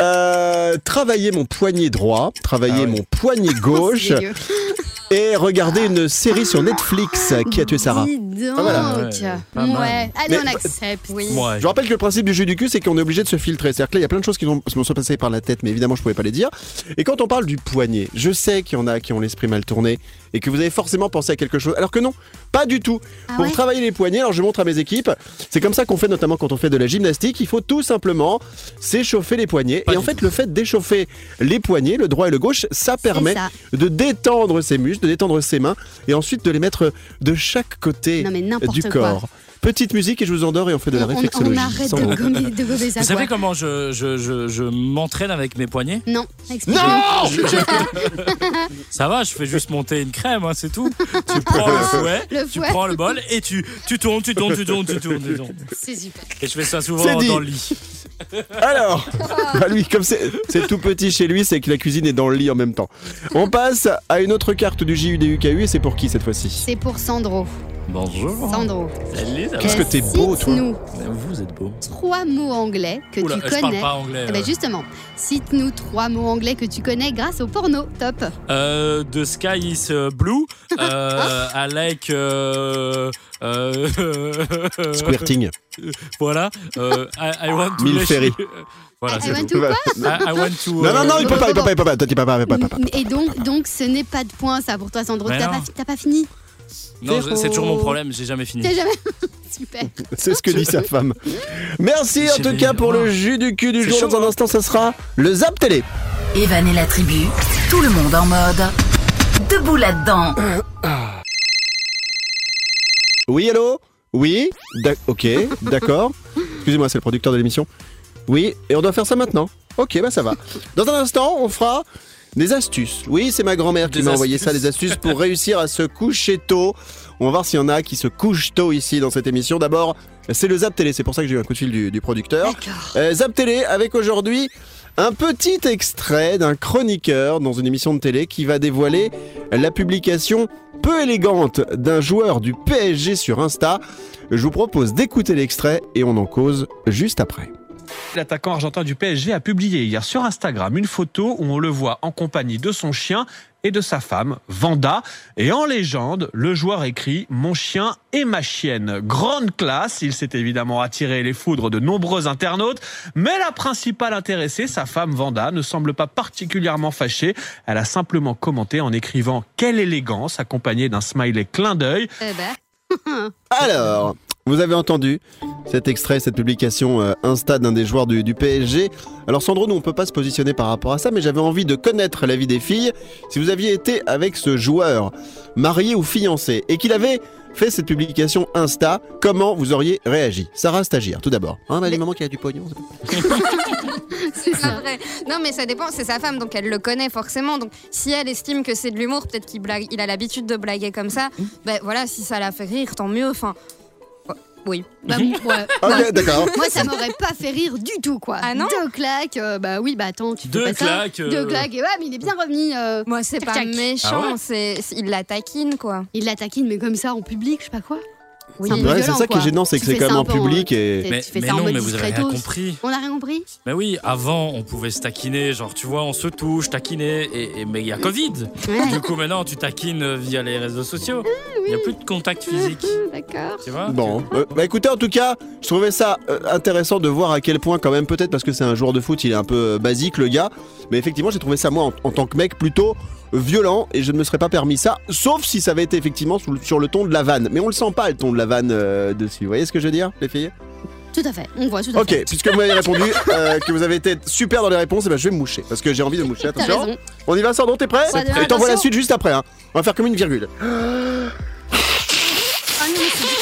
[SPEAKER 4] Euh, travailler mon poignet droit, travailler
[SPEAKER 1] Ah ouais.
[SPEAKER 4] mon poignet gauche,
[SPEAKER 2] *laughs* Oh, C'est dégueu.
[SPEAKER 4] et regarder une série sur Netflix qui a tué Sarah.
[SPEAKER 2] Dis donc.
[SPEAKER 4] Ah, voilà.
[SPEAKER 1] hein. Ouais, pas
[SPEAKER 2] ouais.
[SPEAKER 1] mal.
[SPEAKER 2] Allez,
[SPEAKER 4] Mais-
[SPEAKER 2] on accepte. Oui.
[SPEAKER 1] Ouais.
[SPEAKER 4] Je rappelle que le principe du jeu du cul, c'est qu'on est obligé de se filtrer. C'est-à-dire que là, il y a plein de choses qui m'ont- m'ont sont passées par la tête, mais évidemment, je pouvais pas les dire. Et quand on parle du poignet, je sais qu'il y en a qui ont l'esprit mal tourné et que vous avez forcément pensé à quelque chose. Alors que non, pas du tout.
[SPEAKER 2] Ah
[SPEAKER 4] Pour
[SPEAKER 2] ouais
[SPEAKER 4] travailler les poignets, alors je montre à mes équipes, c'est comme ça qu'on fait notamment quand on fait de la gymnastique. Il faut tout simplement s'échauffer les poignets.
[SPEAKER 1] Pas
[SPEAKER 4] et en
[SPEAKER 1] du
[SPEAKER 4] fait, le fait d'échauffer les poignets, le droit et le gauche, ça permet
[SPEAKER 2] ça.
[SPEAKER 4] de détendre ses muscles, de détendre ses mains et ensuite de les mettre de chaque côté
[SPEAKER 2] Non, mais n'importe
[SPEAKER 4] du
[SPEAKER 2] quoi.
[SPEAKER 4] corps. Petite musique et je vous endors et on fait de la
[SPEAKER 2] On- on-
[SPEAKER 4] réflexologie.
[SPEAKER 2] On, arrête
[SPEAKER 4] sans
[SPEAKER 2] de
[SPEAKER 4] mots.
[SPEAKER 2] gommer, de gommer ça.
[SPEAKER 1] Vous savez
[SPEAKER 2] quoi.
[SPEAKER 1] comment je, je, je, je m'entraîne avec mes poignets
[SPEAKER 2] Non, explique.
[SPEAKER 4] Non
[SPEAKER 1] Ça va, je fais juste monter une crème, hein, c'est tout. Tu prends le fouet,
[SPEAKER 2] Le
[SPEAKER 1] tu
[SPEAKER 2] fouet.
[SPEAKER 1] prends le bol et tu, tu tournes, tu tournes, tu tournes, tu tournes, tu tournes.
[SPEAKER 2] C'est super.
[SPEAKER 1] Et je fais ça
[SPEAKER 4] C'est
[SPEAKER 1] souvent
[SPEAKER 4] dit.
[SPEAKER 1] dans le lit.
[SPEAKER 4] Alors, *laughs* bah lui, comme c'est c'est tout petit chez lui, c'est que la cuisine est dans le lit en même temps. On passe à une autre carte du JUDUKU et c'est pour qui cette fois-ci
[SPEAKER 2] C'est pour Sandro.
[SPEAKER 1] Bonjour.
[SPEAKER 2] Sandro.
[SPEAKER 1] Salut, ça
[SPEAKER 4] Qu'est-ce que t'es beau, toi
[SPEAKER 2] Cite-nous
[SPEAKER 1] va Vous êtes beau.
[SPEAKER 2] trois mots anglais que
[SPEAKER 1] Oula,
[SPEAKER 2] tu
[SPEAKER 1] je parle
[SPEAKER 2] connais.
[SPEAKER 1] pas anglais.
[SPEAKER 2] Eh ben
[SPEAKER 1] euh.
[SPEAKER 2] justement, cite-nous trois mots anglais que tu connais grâce au porno. Top.
[SPEAKER 4] Bah,
[SPEAKER 1] Euh, de Sky is euh,
[SPEAKER 2] *laughs*
[SPEAKER 1] Blue, euh, I like. Euh, euh,
[SPEAKER 4] Squirting.
[SPEAKER 1] *laughs* voilà. Euh, I, I want to.
[SPEAKER 4] Mille
[SPEAKER 1] let
[SPEAKER 4] ferry.
[SPEAKER 1] you- Voilà,
[SPEAKER 2] Ah, I
[SPEAKER 1] c'est
[SPEAKER 2] want
[SPEAKER 1] tout.
[SPEAKER 2] to
[SPEAKER 4] Voilà.
[SPEAKER 1] I, I want to.
[SPEAKER 4] Non, non, non, il peut pas, il peut pas, il peut pas. Toi, tu peux pas, il peut pas.
[SPEAKER 2] Et donc, donc, ce n'est pas de point ça pour toi, Sandro.
[SPEAKER 1] Mais
[SPEAKER 2] T'as
[SPEAKER 1] non.
[SPEAKER 2] pas, fi- t'as pas fini
[SPEAKER 1] euh, Non, je- c'est toujours mon problème, j'ai jamais fini.
[SPEAKER 2] T'as jamais. *laughs* Super.
[SPEAKER 4] C'est ce que dit sa femme. Merci en
[SPEAKER 1] J'ai
[SPEAKER 4] tout
[SPEAKER 1] des-
[SPEAKER 4] cas pour le
[SPEAKER 1] Wow.
[SPEAKER 4] jus du cul du
[SPEAKER 1] C'est
[SPEAKER 4] jour.
[SPEAKER 1] chaud,
[SPEAKER 4] Dans un
[SPEAKER 1] hein.
[SPEAKER 4] instant, ça sera le Zap Télé.
[SPEAKER 3] Evan et la tribu, tout le monde en mode. Debout là-dedans.
[SPEAKER 4] Oui, allô Oui d'ac- Ok, d'accord. Excusez-moi, c'est le producteur de l'émission. Oui, et on doit faire ça maintenant. Ok, bah ça va. Dans un instant, on fera des astuces. Oui, c'est ma grand-mère qui
[SPEAKER 1] Des
[SPEAKER 4] m'a envoyé
[SPEAKER 1] astuces.
[SPEAKER 4] ça, des
[SPEAKER 1] *laughs*
[SPEAKER 4] astuces pour réussir à se coucher tôt. On va voir s'il y en a qui se couchent tôt ici dans cette émission. D'abord, c'est le Zap Télé, c'est pour ça que j'ai eu un coup de fil du, du producteur. Euh, Zap Télé avec aujourd'hui un petit extrait d'un chroniqueur dans une émission de télé qui va dévoiler la publication peu élégante d'un joueur du PSG sur Insta. Je vous propose d'écouter l'extrait et on en cause juste après.
[SPEAKER 9] L'attaquant argentin du PSG a publié hier sur Instagram une photo où on le voit en compagnie de son chien et de sa femme, Vanda. Et en légende, le joueur écrit Mon chien et ma chienne. Grande classe, il s'est évidemment attiré les foudres de nombreux internautes, mais la principale intéressée, sa femme Vanda, ne semble pas particulièrement fâchée. Elle a simplement commenté en écrivant Quelle élégance, accompagnée d'un smiley clin d'œil.
[SPEAKER 2] Euh,
[SPEAKER 5] Eh
[SPEAKER 2] bah.
[SPEAKER 5] ben,
[SPEAKER 4] Alors, vous avez entendu cet extrait, cette publication euh, Insta d'un des joueurs du, du PSG. Alors Sandro, nous on peut pas se positionner par rapport à ça, mais j'avais envie de connaître la vie des filles. Si vous aviez été avec ce joueur, marié ou fiancé, et qu'il avait fait cette publication Insta, comment vous auriez réagi Sarah Stagiaire, tout d'abord. Hein, on a des mamans qui a du pognon. c'est bon.
[SPEAKER 5] c'est pas vrai. Non, mais ça dépend. C'est sa femme, donc elle le connaît forcément. Donc si elle estime que c'est de l'humour, peut-être qu'il blague, il a l'habitude de blaguer comme ça. Ben voilà, si ça la fait rire, tant mieux. Enfin, oui.
[SPEAKER 2] Bah,
[SPEAKER 1] Mm.
[SPEAKER 2] ouais.
[SPEAKER 4] Ok, d'accord.
[SPEAKER 2] Moi, ça m'aurait pas fait rire du tout, quoi.
[SPEAKER 5] Ah non
[SPEAKER 2] Deux claques. euh, bah oui, bah attends, tu fais
[SPEAKER 1] Deux
[SPEAKER 2] pas ça.
[SPEAKER 1] claques, euh,
[SPEAKER 2] Deux claques. Et ouais, mais il est bien revenu. euh,
[SPEAKER 5] Moi, c'est
[SPEAKER 2] Tchac,
[SPEAKER 5] pas
[SPEAKER 2] tchac.
[SPEAKER 5] méchant.
[SPEAKER 1] Ah ouais
[SPEAKER 5] c'est, c'est- il la taquine, quoi.
[SPEAKER 2] Il la taquine, mais comme ça, en public, je sais pas quoi.
[SPEAKER 5] Oui.
[SPEAKER 2] C'est un peu
[SPEAKER 4] Ouais, c'est
[SPEAKER 2] violent,
[SPEAKER 4] ça qui est
[SPEAKER 2] quoi.
[SPEAKER 4] gênant, c'est
[SPEAKER 2] Tu
[SPEAKER 4] que c'est
[SPEAKER 2] fais
[SPEAKER 4] quand
[SPEAKER 2] ça
[SPEAKER 4] même
[SPEAKER 2] un
[SPEAKER 4] en
[SPEAKER 2] peu en-
[SPEAKER 4] public et.
[SPEAKER 2] Tu
[SPEAKER 1] Mais,
[SPEAKER 2] fais
[SPEAKER 1] mais
[SPEAKER 2] ça en
[SPEAKER 1] non,
[SPEAKER 2] mode
[SPEAKER 1] mais vous avez rien
[SPEAKER 2] discretos.
[SPEAKER 1] compris.
[SPEAKER 2] On a rien compris
[SPEAKER 1] Mais oui, avant, on pouvait se taquiner, genre, tu vois, on se touche, taquiner, et, et- mais il y a Covid.
[SPEAKER 2] Ouais.
[SPEAKER 1] Du coup, maintenant, tu taquines euh, via les réseaux sociaux. Il n'y a plus de contact physique,
[SPEAKER 2] D'accord.
[SPEAKER 1] tu vois
[SPEAKER 4] Bon, euh, bah écoutez, en tout cas, je trouvais ça euh, intéressant de voir à quel point, quand même, peut-être parce que c'est un joueur de foot, il est un peu euh, basique le gars, mais effectivement, j'ai trouvé ça moi en, en tant que mec plutôt violent et je ne me serais pas permis ça, sauf si ça avait été effectivement sous le- sur le ton de la vanne. Mais on le sent pas le ton de la vanne euh, dessus. Vous voyez ce que je veux dire, les filles
[SPEAKER 2] Tout à fait. On voit tout à fait.
[SPEAKER 4] Ok, puisque vous m'avez répondu euh, que vous avez été super dans les réponses, et ben je vais me moucher parce que j'ai envie de me moucher.
[SPEAKER 2] T'as
[SPEAKER 4] Attention,
[SPEAKER 2] raison.
[SPEAKER 4] on y va, Sandro, t'es prêt
[SPEAKER 2] Ouais,
[SPEAKER 4] Et t'envoies la
[SPEAKER 2] attention.
[SPEAKER 4] suite juste après. hein. On va faire comme une virgule.
[SPEAKER 2] Ah non, mais c'est-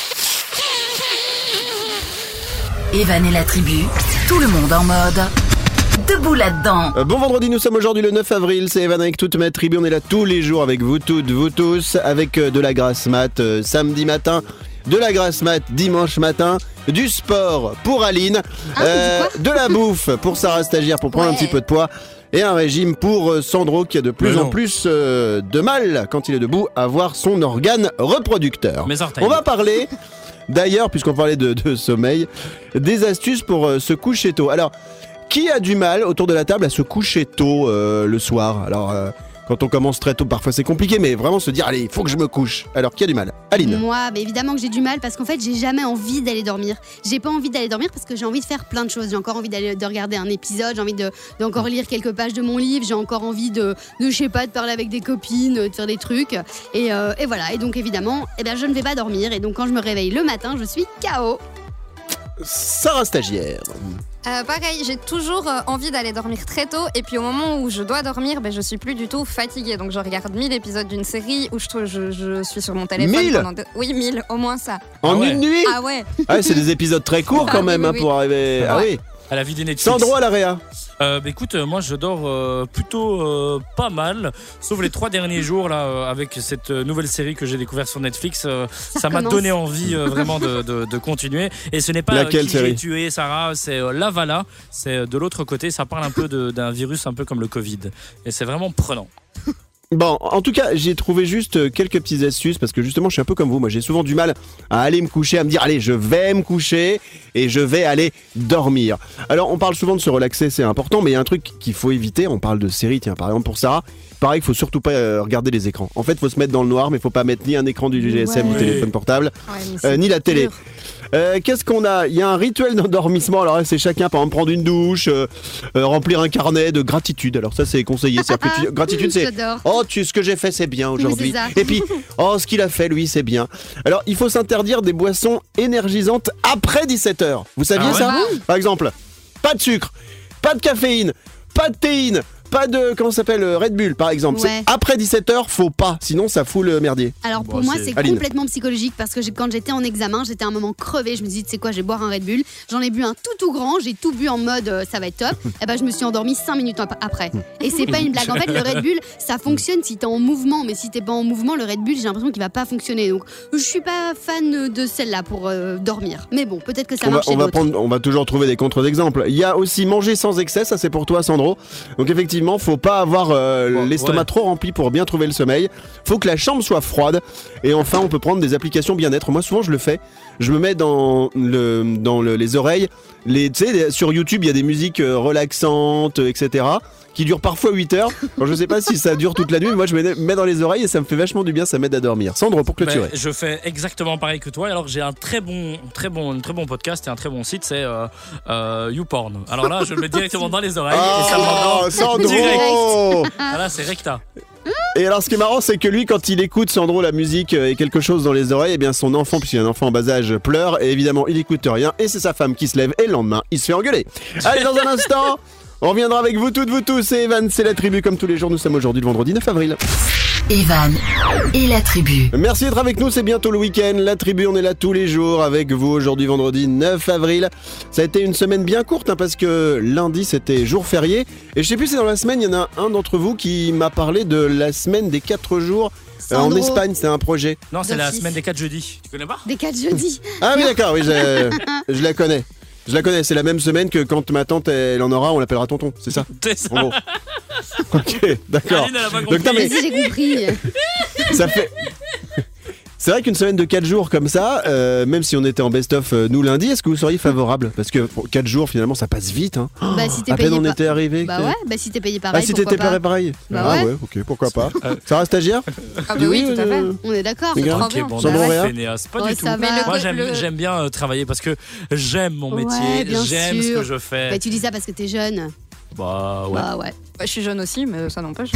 [SPEAKER 3] Evan et la tribu, tout le monde en mode. Debout là-dedans.
[SPEAKER 4] Euh, Bon vendredi, nous sommes aujourd'hui le 9 avril, c'est Evan avec toute ma tribu, on est là tous les jours avec vous toutes, vous tous, avec euh, de la grasse mat euh, samedi matin, de la grasse mat dimanche matin, du sport pour Aline, euh, de la bouffe pour Sarah Stagiaire pour prendre un
[SPEAKER 5] Ouais.
[SPEAKER 4] petit peu de poids. Et un régime pour euh, Sandro qui a de plus
[SPEAKER 1] Mais
[SPEAKER 4] en
[SPEAKER 1] non.
[SPEAKER 4] plus euh, de mal quand il est debout à voir son organe reproducteur.
[SPEAKER 1] Mes orteils.
[SPEAKER 4] On va parler, d'ailleurs, puisqu'on parlait de, de sommeil, des astuces pour euh, se coucher tôt. Alors, qui a du mal autour de la table à se coucher tôt euh, le soir Alors, euh, quand on commence très tôt, parfois c'est compliqué, mais vraiment se dire, allez, il faut que je me couche. Alors, qui a du mal
[SPEAKER 5] Mm.
[SPEAKER 4] Aline
[SPEAKER 2] Moi, mais évidemment que j'ai du mal parce qu'en fait, j'ai jamais envie d'aller dormir. J'ai pas envie d'aller dormir parce que j'ai envie de faire plein de choses. J'ai encore envie d'aller de regarder un épisode, j'ai envie de d'encore lire quelques pages de mon livre, j'ai encore envie de, de je sais pas, de parler avec des copines, euh, de faire des trucs. Et, euh, et voilà. Et donc évidemment, eh ben je ne vais pas dormir. Et donc quand je me réveille le matin, je suis KO.
[SPEAKER 4] Sarah Stagiaire.
[SPEAKER 5] Euh, pareil, j'ai toujours euh, envie d'aller dormir très tôt et puis au moment où je dois dormir, ben, je suis plus du tout fatiguée. Donc je regarde 1000 épisodes d'une série où je, trouve- je, je suis sur mon téléphone.
[SPEAKER 4] 1000?
[SPEAKER 5] pendant deux- Oui, 1000, au moins ça.
[SPEAKER 4] En
[SPEAKER 1] Ah ouais.
[SPEAKER 4] une nuit
[SPEAKER 5] Ah ouais
[SPEAKER 4] Ah, C'est des épisodes très courts quand
[SPEAKER 5] Ah oui,
[SPEAKER 4] même
[SPEAKER 5] oui,
[SPEAKER 4] hein,
[SPEAKER 5] oui.
[SPEAKER 4] pour arriver. Ah oui
[SPEAKER 1] À la vie des Netflix.
[SPEAKER 4] Sandro à l'area.
[SPEAKER 1] Euh, bah, écoute, euh, moi je dors euh, plutôt euh, pas mal, sauf les trois derniers jours là euh, avec cette euh, nouvelle série que j'ai découverte sur Netflix. euh, ça m'a
[SPEAKER 2] recommence.
[SPEAKER 1] donné envie euh, vraiment de, de- de continuer. Et ce n'est pas euh,
[SPEAKER 4] Laquelle
[SPEAKER 1] qui
[SPEAKER 4] série
[SPEAKER 1] j'ai tué Sarah, c'est euh, Lavala, c'est euh, de l'autre côté. Ça parle un peu de- d'un virus un peu comme le Covid, et c'est vraiment prenant.
[SPEAKER 4] Bon, en tout cas, j'ai trouvé juste euh, quelques petites astuces parce que justement, je suis un peu comme vous. Moi, j'ai souvent du mal à aller me coucher, à me dire, allez, je vais me coucher et je vais aller dormir. Alors, on parle souvent de se relaxer, c'est important, mais il y a un truc qu'il faut éviter. On parle de séries, tiens, par exemple, pour Sarah, pareil, il faut surtout pas euh, regarder les écrans. En fait, il faut se mettre dans le noir, mais il faut pas mettre ni un écran du GSM, du
[SPEAKER 1] Ouais.
[SPEAKER 4] téléphone portable,
[SPEAKER 5] Ouais, mais
[SPEAKER 4] euh,
[SPEAKER 5] c'est
[SPEAKER 4] ni la télé.
[SPEAKER 5] dur.
[SPEAKER 4] Euh, Qu'est-ce qu'on a Il y a un rituel d'endormissement. Alors, là, c'est chacun, par exemple, prendre une douche, euh, euh, remplir un carnet de gratitude. Alors, ça, c'est conseillé. C'est-à-dire que tu- Gratitude, c'est
[SPEAKER 2] J'adore.
[SPEAKER 4] Oh, tu, ce que j'ai fait, c'est bien aujourd'hui.
[SPEAKER 2] c'est ça. *laughs*
[SPEAKER 4] Et puis, oh, ce qu'il a fait, lui, c'est bien. Alors, il faut s'interdire des boissons énergisantes après 17h. Vous saviez
[SPEAKER 1] Ah ouais
[SPEAKER 4] ça Par exemple, pas de sucre, pas de caféine, pas de théine. Pas de, comment ça s'appelle, euh, Red Bull par exemple.
[SPEAKER 2] Ouais.
[SPEAKER 4] C'est Après 17h, faut pas, sinon ça fout le merdier.
[SPEAKER 2] Alors pour
[SPEAKER 1] Bon,
[SPEAKER 2] moi,
[SPEAKER 1] c'est-
[SPEAKER 2] c'est
[SPEAKER 4] Aline.
[SPEAKER 2] complètement psychologique parce que j'ai- quand j'étais en examen, j'étais à un moment crevé. Je me suis dit, tu sais quoi, je vais boire un Red Bull. J'en ai bu un tout tout grand, j'ai tout bu en mode euh, ça va être
[SPEAKER 4] *laughs*
[SPEAKER 2] top. Et ben je me suis endormie 5 minutes ap- après. Et c'est pas une blague. En fait, le Red Bull,
[SPEAKER 4] Mm.
[SPEAKER 2] ça fonctionne si t'es en mouvement, mais si t'es pas en mouvement, le Red Bull, j'ai l'impression qu'il va pas fonctionner. Donc je suis pas fan de celle-là pour euh, dormir. Mais bon, peut-être que ça
[SPEAKER 4] on va,
[SPEAKER 2] marche chez
[SPEAKER 4] on va
[SPEAKER 2] d'autres.
[SPEAKER 4] prendre, on va toujours trouver des contre-exemples. Il y a aussi manger sans excès, ça c'est pour toi Sandro. Donc effectivement, faut pas avoir euh,
[SPEAKER 1] Ouais,
[SPEAKER 4] l'estomac
[SPEAKER 1] ouais.
[SPEAKER 4] trop rempli pour bien trouver le sommeil. Faut que la chambre soit froide. Et enfin, on peut prendre des applications bien-être. Moi souvent je le fais. Je me mets dans le dans le- les oreilles. Les, tu sais, sur YouTube, il y a des musiques euh, relaxantes, euh, etc. qui durent parfois 8 heures. Alors, je sais pas si ça dure toute la nuit, mais moi je me mets dans les oreilles et ça me fait vachement du bien, ça m'aide à dormir. Sandro, pour clôturer.
[SPEAKER 1] Ben, je fais exactement pareil que toi. Alors j'ai un très bon, très bon, un très bon podcast et un très bon site, c'est euh, euh, YouPorn. Alors là, je le mets directement dans les oreilles Bah, et ça
[SPEAKER 4] Oh,
[SPEAKER 1] m'endort. *laughs*
[SPEAKER 4] Sandro
[SPEAKER 1] Ah là, c'est recta.
[SPEAKER 4] Et alors, ce qui est marrant, c'est que lui, quand il écoute Sandro la musique euh, et quelque chose dans les oreilles, eh bien, son enfant, puisqu'il a un enfant en bas âge, pleure. Et évidemment, il écoute rien. Et c'est sa femme qui se lève. Et le lendemain, il se fait engueuler. Allez, dans un instant, on reviendra avec vous toutes, vous tous. C'est Evan, c'est la tribu. Comme tous les jours, nous sommes aujourd'hui le vendredi 9 avril.
[SPEAKER 3] Evan et la tribu.
[SPEAKER 4] Merci d'être avec nous, c'est bientôt le week-end. La tribu, on est là tous les jours avec vous aujourd'hui vendredi 9 avril. Ça a été une semaine bien courte hein, parce que lundi c'était jour férié. Et je sais plus si dans la semaine, il y en a un d'entre vous qui m'a parlé de la semaine des 4 jours euh, en
[SPEAKER 2] Sandro.
[SPEAKER 4] Espagne. C'était un projet.
[SPEAKER 1] Non, c'est la
[SPEAKER 2] D'office.
[SPEAKER 1] semaine des 4 jeudis. Tu connais pas
[SPEAKER 2] Des 4 jeudis.
[SPEAKER 4] Ah oui, d'accord, oui,
[SPEAKER 2] *laughs*
[SPEAKER 4] je, je la connais. Je la connais, c'est la même semaine que quand ma tante elle en aura, on l'appellera tonton, c'est ça
[SPEAKER 1] C'est ça.
[SPEAKER 2] *laughs*
[SPEAKER 4] En gros. ok, d'accord.
[SPEAKER 1] Aline, elle a pas
[SPEAKER 4] Donc, non, *laughs*
[SPEAKER 1] compris.
[SPEAKER 4] mais-
[SPEAKER 2] Vas-y, j'ai
[SPEAKER 4] *laughs*
[SPEAKER 2] compris.
[SPEAKER 4] Ça fait. *laughs* C'est vrai qu'une semaine de 4 jours comme ça, euh, même si on était en best-of euh, nous lundi, est-ce que vous seriez favorable Parce que 4 jours finalement ça passe vite. Hein.
[SPEAKER 2] bah si t'es
[SPEAKER 4] *gasps* À peine
[SPEAKER 2] payé
[SPEAKER 4] on
[SPEAKER 2] par-
[SPEAKER 4] était arrivé.
[SPEAKER 2] Bah
[SPEAKER 4] que-
[SPEAKER 2] ouais, bah si t'es payé
[SPEAKER 4] ah
[SPEAKER 2] pareil,
[SPEAKER 4] si
[SPEAKER 2] pourquoi
[SPEAKER 4] t'étais
[SPEAKER 2] pas
[SPEAKER 4] pareil, pareil.
[SPEAKER 2] Bah
[SPEAKER 4] ah
[SPEAKER 2] ouais.
[SPEAKER 4] ok,
[SPEAKER 2] *laughs*
[SPEAKER 4] pourquoi pas. Ça reste stagiaire
[SPEAKER 5] Ah bah oui, tout à fait.
[SPEAKER 2] On est d'accord.
[SPEAKER 4] Les gars,
[SPEAKER 5] Trop
[SPEAKER 1] Ok,
[SPEAKER 5] bien.
[SPEAKER 1] bon,
[SPEAKER 4] Sans
[SPEAKER 5] Bah
[SPEAKER 1] bah,
[SPEAKER 5] ouais.
[SPEAKER 4] Montréal.
[SPEAKER 1] fainéas, pas
[SPEAKER 2] Ouais,
[SPEAKER 1] du tout.
[SPEAKER 2] ça va.
[SPEAKER 5] Mais le-
[SPEAKER 1] Moi, j'aime
[SPEAKER 5] le-
[SPEAKER 1] j'aime bien euh, travailler parce que j'aime mon
[SPEAKER 2] Ouais,
[SPEAKER 1] métier,
[SPEAKER 2] bien
[SPEAKER 1] j'aime ce
[SPEAKER 2] sûr.
[SPEAKER 1] que je fais.
[SPEAKER 2] Bah tu dis ça parce que t'es jeune.
[SPEAKER 1] Bah ouais.
[SPEAKER 2] Bah ouais,
[SPEAKER 5] Bah, je suis jeune aussi, mais ça n'empêche.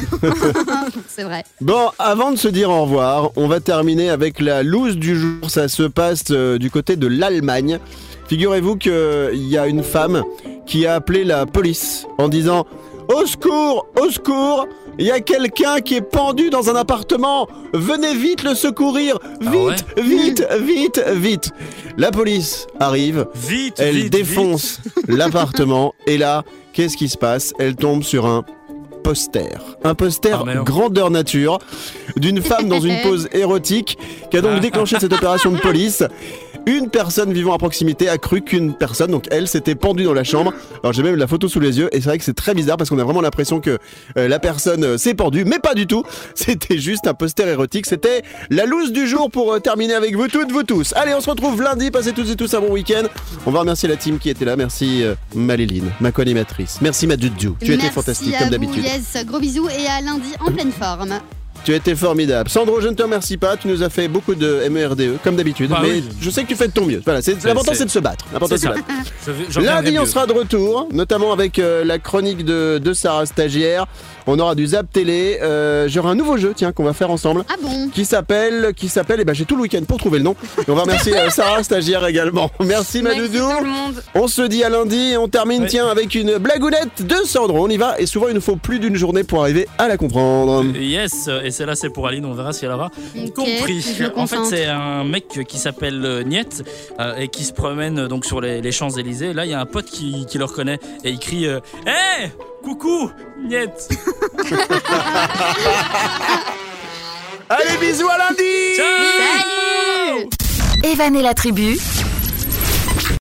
[SPEAKER 2] c'est vrai.
[SPEAKER 4] Bon, avant de se dire au revoir, on va terminer avec la loose du jour. Ça se passe euh, du côté de l'Allemagne. Figurez-vous qu'il y a une femme qui a appelé la police en disant Au secours, au secours, il y a quelqu'un qui est pendu dans un appartement. Venez vite le secourir.
[SPEAKER 1] Ah
[SPEAKER 4] Vite, vite, vite, vite. La police arrive,
[SPEAKER 1] Vite,
[SPEAKER 4] elle
[SPEAKER 1] vite, vite. *laughs*
[SPEAKER 4] défonce l'appartement et là, qu'est-ce qui se passe Elle tombe sur un poster. Un poster
[SPEAKER 1] Ah, merde.
[SPEAKER 4] grandeur nature d'une femme dans une pose érotique qui a
[SPEAKER 1] Ah.
[SPEAKER 4] donc déclenché cette opération de police. Une personne vivant à proximité a cru qu'une personne, donc elle, s'était pendue dans la chambre. Alors j'ai même la photo sous les yeux et c'est vrai que c'est très bizarre parce qu'on a vraiment l'impression que euh, la personne euh, s'est pendue, mais pas du tout. *laughs* C'était juste un poster érotique. C'était la loose du jour pour euh, terminer avec vous toutes, vous tous. Allez, on se retrouve lundi. Passez tous et tous un bon week-end. On va remercier la team qui était là. Merci euh, Maléline, ma co-animatrice. Merci Madudou. Tu étais
[SPEAKER 2] Merci
[SPEAKER 4] fantastique
[SPEAKER 2] à
[SPEAKER 4] comme
[SPEAKER 2] vous,
[SPEAKER 4] d'habitude.
[SPEAKER 2] Yes, gros bisous et à lundi en pleine forme.
[SPEAKER 4] Tu étais formidable. Sandro, je ne te remercie pas. Tu nous as fait beaucoup de E MERDE comme d'habitude.
[SPEAKER 1] Bah
[SPEAKER 4] mais
[SPEAKER 1] oui.
[SPEAKER 4] je sais que tu fais de ton mieux. Voilà, c'est- l'important
[SPEAKER 1] c'est-
[SPEAKER 4] c'est de se battre. L'important,
[SPEAKER 1] c'est
[SPEAKER 4] c'est de
[SPEAKER 1] ça.
[SPEAKER 4] se battre.
[SPEAKER 1] Je vais- j'en reviendrai
[SPEAKER 4] Lundi, on
[SPEAKER 1] mieux.
[SPEAKER 4] sera de retour, notamment avec euh, la chronique de, de Sarah Stagiaire. On aura du Zap Télé. Euh, J'aurai un nouveau jeu, tiens, qu'on va faire ensemble.
[SPEAKER 2] Ah bon
[SPEAKER 4] Qui s'appelle, qui s'appelle, et ben j'ai tout le week-end pour trouver le nom. Et on va remercier
[SPEAKER 1] *laughs*
[SPEAKER 4] euh, Sarah Stagiaire également. *laughs* Merci
[SPEAKER 5] Merci
[SPEAKER 4] Madoudou.
[SPEAKER 5] tout le monde.
[SPEAKER 4] On se dit à lundi et on termine,
[SPEAKER 1] Ouais.
[SPEAKER 4] tiens, avec une blagounette de Sandro. On y va, et souvent il nous faut plus d'une journée pour arriver à la comprendre.
[SPEAKER 1] Yes, euh, et celle-là c'est pour Aline, on verra si elle aura
[SPEAKER 2] Ok,
[SPEAKER 1] compris.
[SPEAKER 2] je me
[SPEAKER 1] En fait,
[SPEAKER 2] concentre.
[SPEAKER 1] c'est un mec qui s'appelle euh, Niette euh, et qui se promène euh, donc sur les, les Champs-Élysées. Là, il y a un pote qui, qui le reconnaît et il crie euh, Hey Coucou Niette
[SPEAKER 4] *laughs* Allez, bisous à lundi
[SPEAKER 1] Ciao
[SPEAKER 2] Salut
[SPEAKER 3] Evan et la tribu,